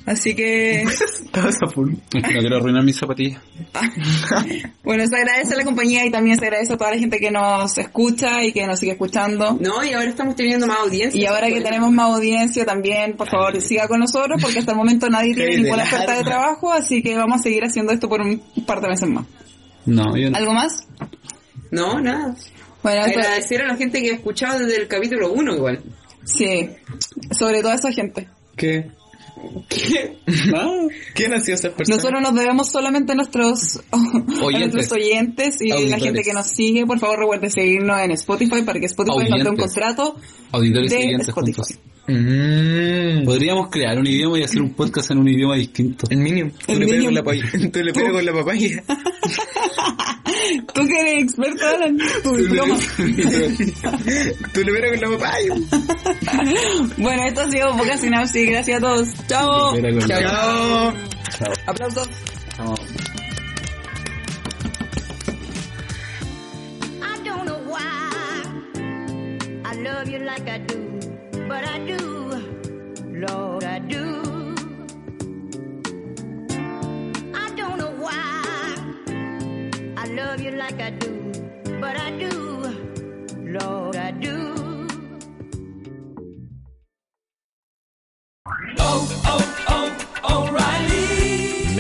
S3: Así que,
S6: Estabas a full.
S2: Es que no quiero arruinar mis zapatillas.
S3: bueno, se agradece a la compañía y también se agradece a toda la gente que nos escucha y que nos sigue escuchando.
S1: No, y ahora estamos teniendo más audiencia.
S3: Y ahora que tenemos más audiencia también, por favor, siga con nosotros porque hasta el momento nadie tiene
S6: Eres
S3: ninguna
S6: del
S3: oferta de
S6: alma.
S3: trabajo, así que vamos a seguir haciendo esto por un par de meses más.
S2: No, yo no.
S3: ¿Algo más?
S1: No, nada. Ah,
S3: Bueno,
S1: pues.
S3: pues, eso-
S1: Agradecer a la gente que ha escuchado desde el capítulo 1 igual.
S3: sí, sobre todo a esa gente.
S2: ¿Qué?
S6: Ah, ¿Quién hacía esa persona?
S3: Nosotros nos debemos solamente a nuestros, a nuestros oyentes y la
S2: Auditores.
S3: gente que nos sigue. Por favor, recuerde seguirnos en Spotify para que Spotify nos dé un
S2: Oyentes.
S3: contrato.
S2: Auditores
S3: De
S2: y oyentes
S3: Spotify.
S2: juntos.
S6: Mm,
S2: Podríamos crear un idioma y hacer un podcast en un idioma distinto.
S6: el Minion. Tú
S3: El
S6: le pegas
S3: Minion.
S6: con la papaya. Tú le pegas con la papaya.
S3: Tú que eres experto, Alan, tu diploma.
S6: Tú le pegas con la papaya.
S3: Bueno, esto ha sido Poca Sinapsis. Gracias a todos. Chao.
S2: Era con-
S6: Chao.
S3: Aplausos.
S8: I don't know why I love you like I do, but I do, Lord, I do. I don't know why I love you like I do, but I do, Lord, I do.